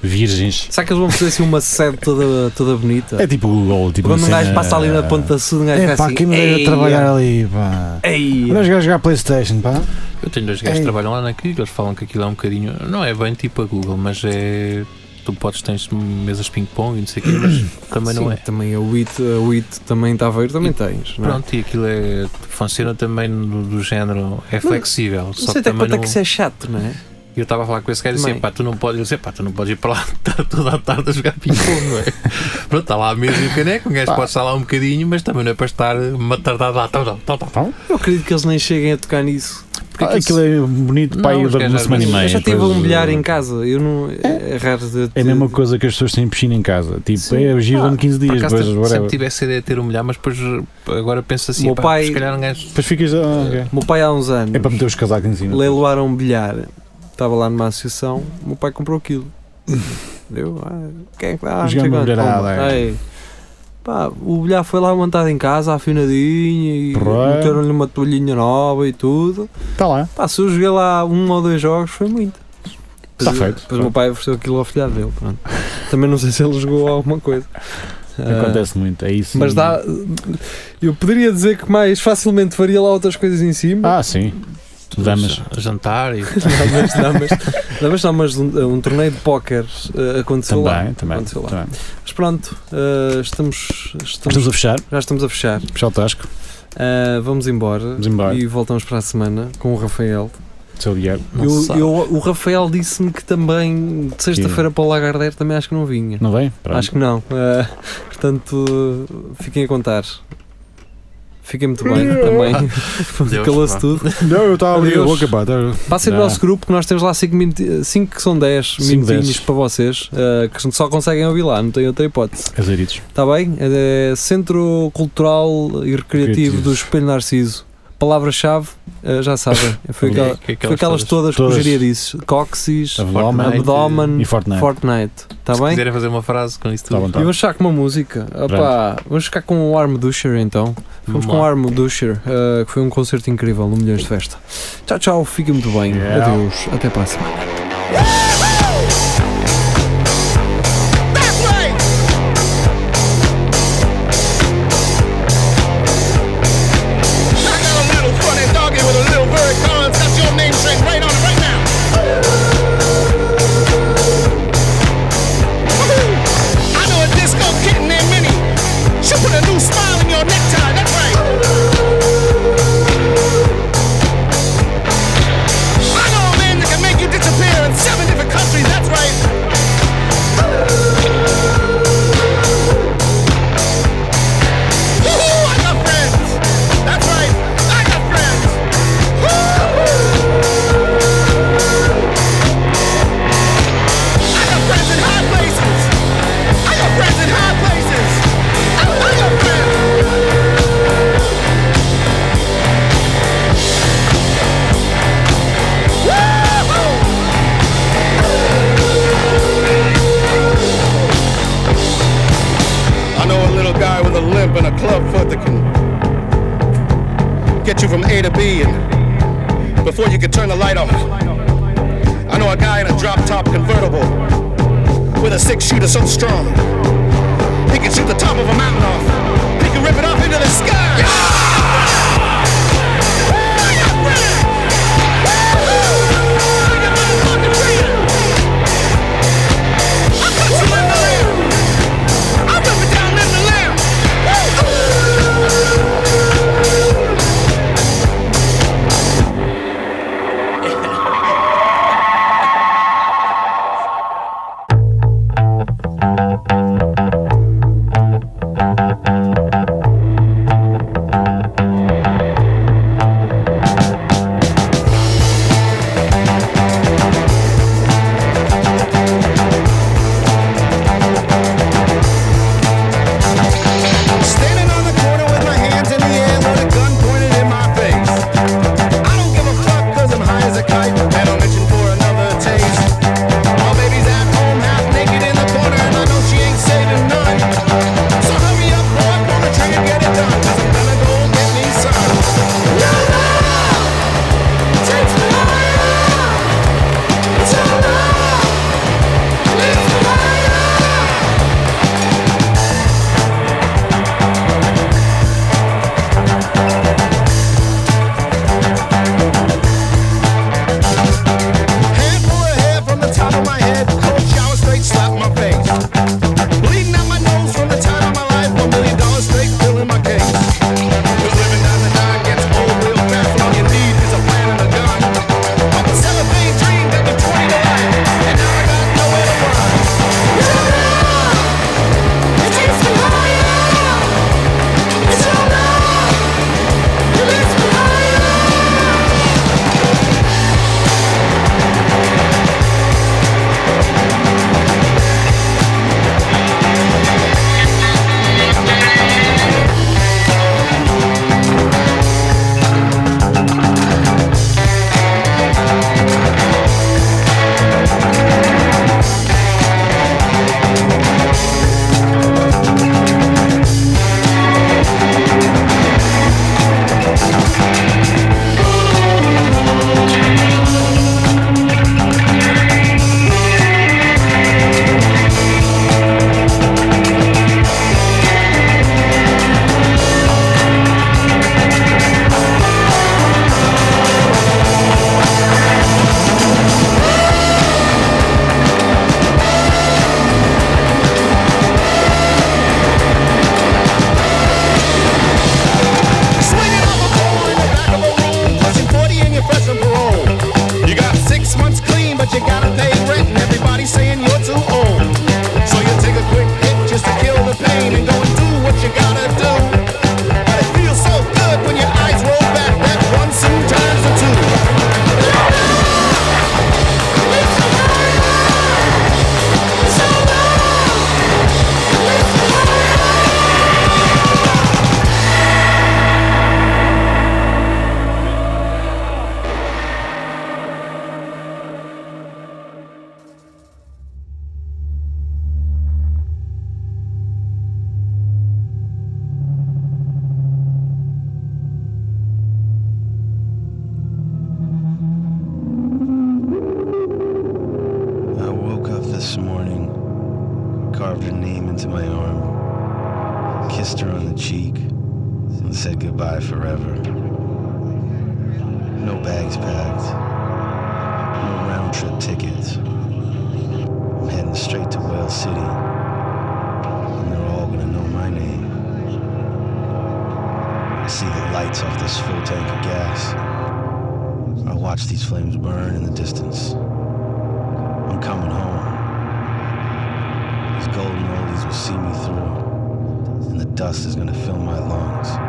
C: virgens.
B: Será que eles vão fazer assim uma sede toda, toda bonita?
C: É tipo Google, tipo
B: Quando
C: uma
B: um gajo
C: cena-
B: passa ali na ponta sul, um gajo
C: É
B: fica
C: pá,
B: assim,
C: quem me deve
B: "Ei,
C: trabalhar ali, pá.
B: ei".
C: Olha os gajos jogar Playstation, pá.
D: Eu tenho dois gajos
C: Ei.
D: que trabalham lá naquilo, eles falam que aquilo é um bocadinho. Não é bem tipo a Google, mas é. Tu podes tens mesas de ping-pong e não sei o quê, mas também não
B: (coughs) Sim,
D: é.
B: Também a WIT, a WIT também está a ver, também tens. Não é?
D: Pronto, e aquilo é, funciona também no- do género. É flexível.
B: Não
D: só
B: sei
D: que
B: até
D: também
B: quanto é
D: não,
B: que isso é chato, não é?
D: Eu estava a falar com esse cara e disse: assim,
B: Também.
D: pá, tu não podes, eu disse, pá, tu não podes ir para lá (laughs) estar toda a tarde a jogar ping-pong, não é? (laughs) Pronto, está lá a mesa e o caneco, um gajo pode estar lá um bocadinho, mas também não é para estar uma tardada lá, tal, tal, tal, tal.
B: Eu acredito que eles nem cheguem a tocar nisso.
D: Porque
C: Ah, Aquilo é bonito,
D: Não,
C: pá, e
D: os
C: dura uma
D: gajos
C: semana e
D: às
C: meia.
B: eu já tive a
C: depois,
B: humilhar
C: uh,
B: em casa. Eu não. É, é raro de.
C: É a mesma coisa que as pessoas têm piscina em casa. Tipo,
B: Sim.
C: é giro
B: Ah,
C: durante 15
D: Por
C: dias,
D: acaso
C: depois,
D: sempre
C: whatever.
D: tive essa ideia de ter um milhar, mas depois eh, agora penso assim,
B: Meu
D: pá,
B: pai-
D: se calhar um gajo.
C: Depois ficas. ah, ok.
B: O meu pai há uns anos
C: É para meter os casacos em cima.
B: leiloaram um bilhar. Estava lá numa associação. O meu pai comprou
C: (laughs)
B: aquilo. Deu? Ah, quem é que vai? Ah, não sei
C: Jogando uma
B: quanto,
C: bilharada,
B: toma.
C: é.
B: Aí. Pá, o bilhar foi lá montado em casa, afinadinho, e
C: Porra.
B: meteram-lhe uma toalhinha nova e tudo.
C: Está Tá lá.
B: Pá, se eu joguei lá um ou dois jogos, foi muito.
C: Está
B: Depois-
C: Tá feito.
B: Depois o meu pai ofereceu aquilo ao filhado dele. Pronto. Também não sei se ele jogou alguma coisa. Ah,
C: (laughs) Acontece muito, é isso.
B: mas dá. Eu poderia dizer que mais facilmente faria lá outras coisas em cima.
C: Ah, sim. Damas.
D: Jantar e.
B: (laughs) Não, mas, não, mas, não, mas, não, mas um, um torneio de póquer ah, aconteceu lá.
C: Também, também.
B: Aconteceu lá.
C: também.
B: Mas pronto, ah, estamos, estamos-
C: Estamos a fechar.
B: Já estamos a fechar.
C: Fechar o Tasco.
B: Ah, vamos embora.
C: Vamos embora.
B: E voltamos para a semana com o Rafael.
C: Seu Diego.
D: Não
B: Eu-
D: se sabe.
B: eu- o Rafael disse-me que também de sexta-feira para o Lagardère também acho que não vinha.
C: Não vem? Pronto.
B: Acho que não. Eh, portanto, fiquem a contar. Fiquem muito bem (laughs) também.
D: Deus,
B: Calou-se
D: vá.
B: tudo.
C: Não, eu estava a abrir a
B: Adeus.
C: boca, pá. tá-
B: Passem no
C: Não.
B: nosso grupo que nós temos lá 5 que são 10
C: Cinco
B: minutinhos
C: desses.
B: para vocês eh, que só conseguem ouvir lá, não tem outra hipótese.
C: Casaritos.
B: Está bem? É Centro Cultural e Recreativo
C: Recreativo.
B: do Espelho Narciso. Palavra-chave, eh, já sabem. Foi, aquela-
D: Que- que
B: foi aquelas todas que o
C: Todas.
B: Jeria disse: Coxis,
C: Abdômen
B: Abdômen,
C: e Fortnite.
B: Fortnite. Está
D: Se
B: bem?
D: quiserem fazer uma frase com isso
C: Tá bom,
D: tudo.
C: tá.
B: E vamos ficar com uma música. Opá, vamos ficar com o Arm Dusher então. Vamos com o Arm Dusher, eh, que foi um concerto incrível no Milhões de Festa. Tchau, tchau, fiquem muito bem.
C: Yeah.
B: Adeus, até para a semana.
G: I got a little funny doggy with a little very Collins. Got your name straight right on it right now. Woohoo! I know a disco kitten named Minnie. She put a new smile in your necktie. That's right. get you from A to B and before you could turn the light off. I know a guy in a drop top convertible with a six shooter so strong. He can shoot the top of a mountain off. He can rip it off into the sky. Standing on the corner with my hands in the air with a gun pointed in my face. I don't give a fuck cause I'm high as a kite and I'm itching for another taste. My baby's at home half naked in the corner and I know she ain't saving none. So hurry up, boy, pull the trigger, get it done. Cause I'm gonna go get me some. No, no! Takes me higher! It's all Lift me higher! Handful of hair from the top of my head, cold shower straight slap my face. Bleeding out my nose from the time of my life, one million dollars straight filling my case. 'Cause living down the dime gets old real fast, and all you need is a plan and a gun. I'm a seventeen dream that was twenty to life, and now I got nowhere to run. It's all love. It takes me higher. It's all love. It lifts me higher. Swinging off a pole in the back of a room, pushing 40 and you're fresh from parole. You got six months clean, but you gotta pay rent, and everybody's saying you're too old. So you take a quick hit just to kill the pain and go and do what you gotta do. But it feels so good when your eyes roll back that one soon times the two.
H: I woke up this morning, carved her name into my arm, kissed her on the cheek, and said goodbye forever. No bags packed, no round trip tickets. I'm heading straight to Whale City, and they're all gonna know my name. I see the lights off this full tank of gas. I watch these flames burn in the distance. I'm coming home. These golden oldies will see me through, and the dust is gonna fill my lungs.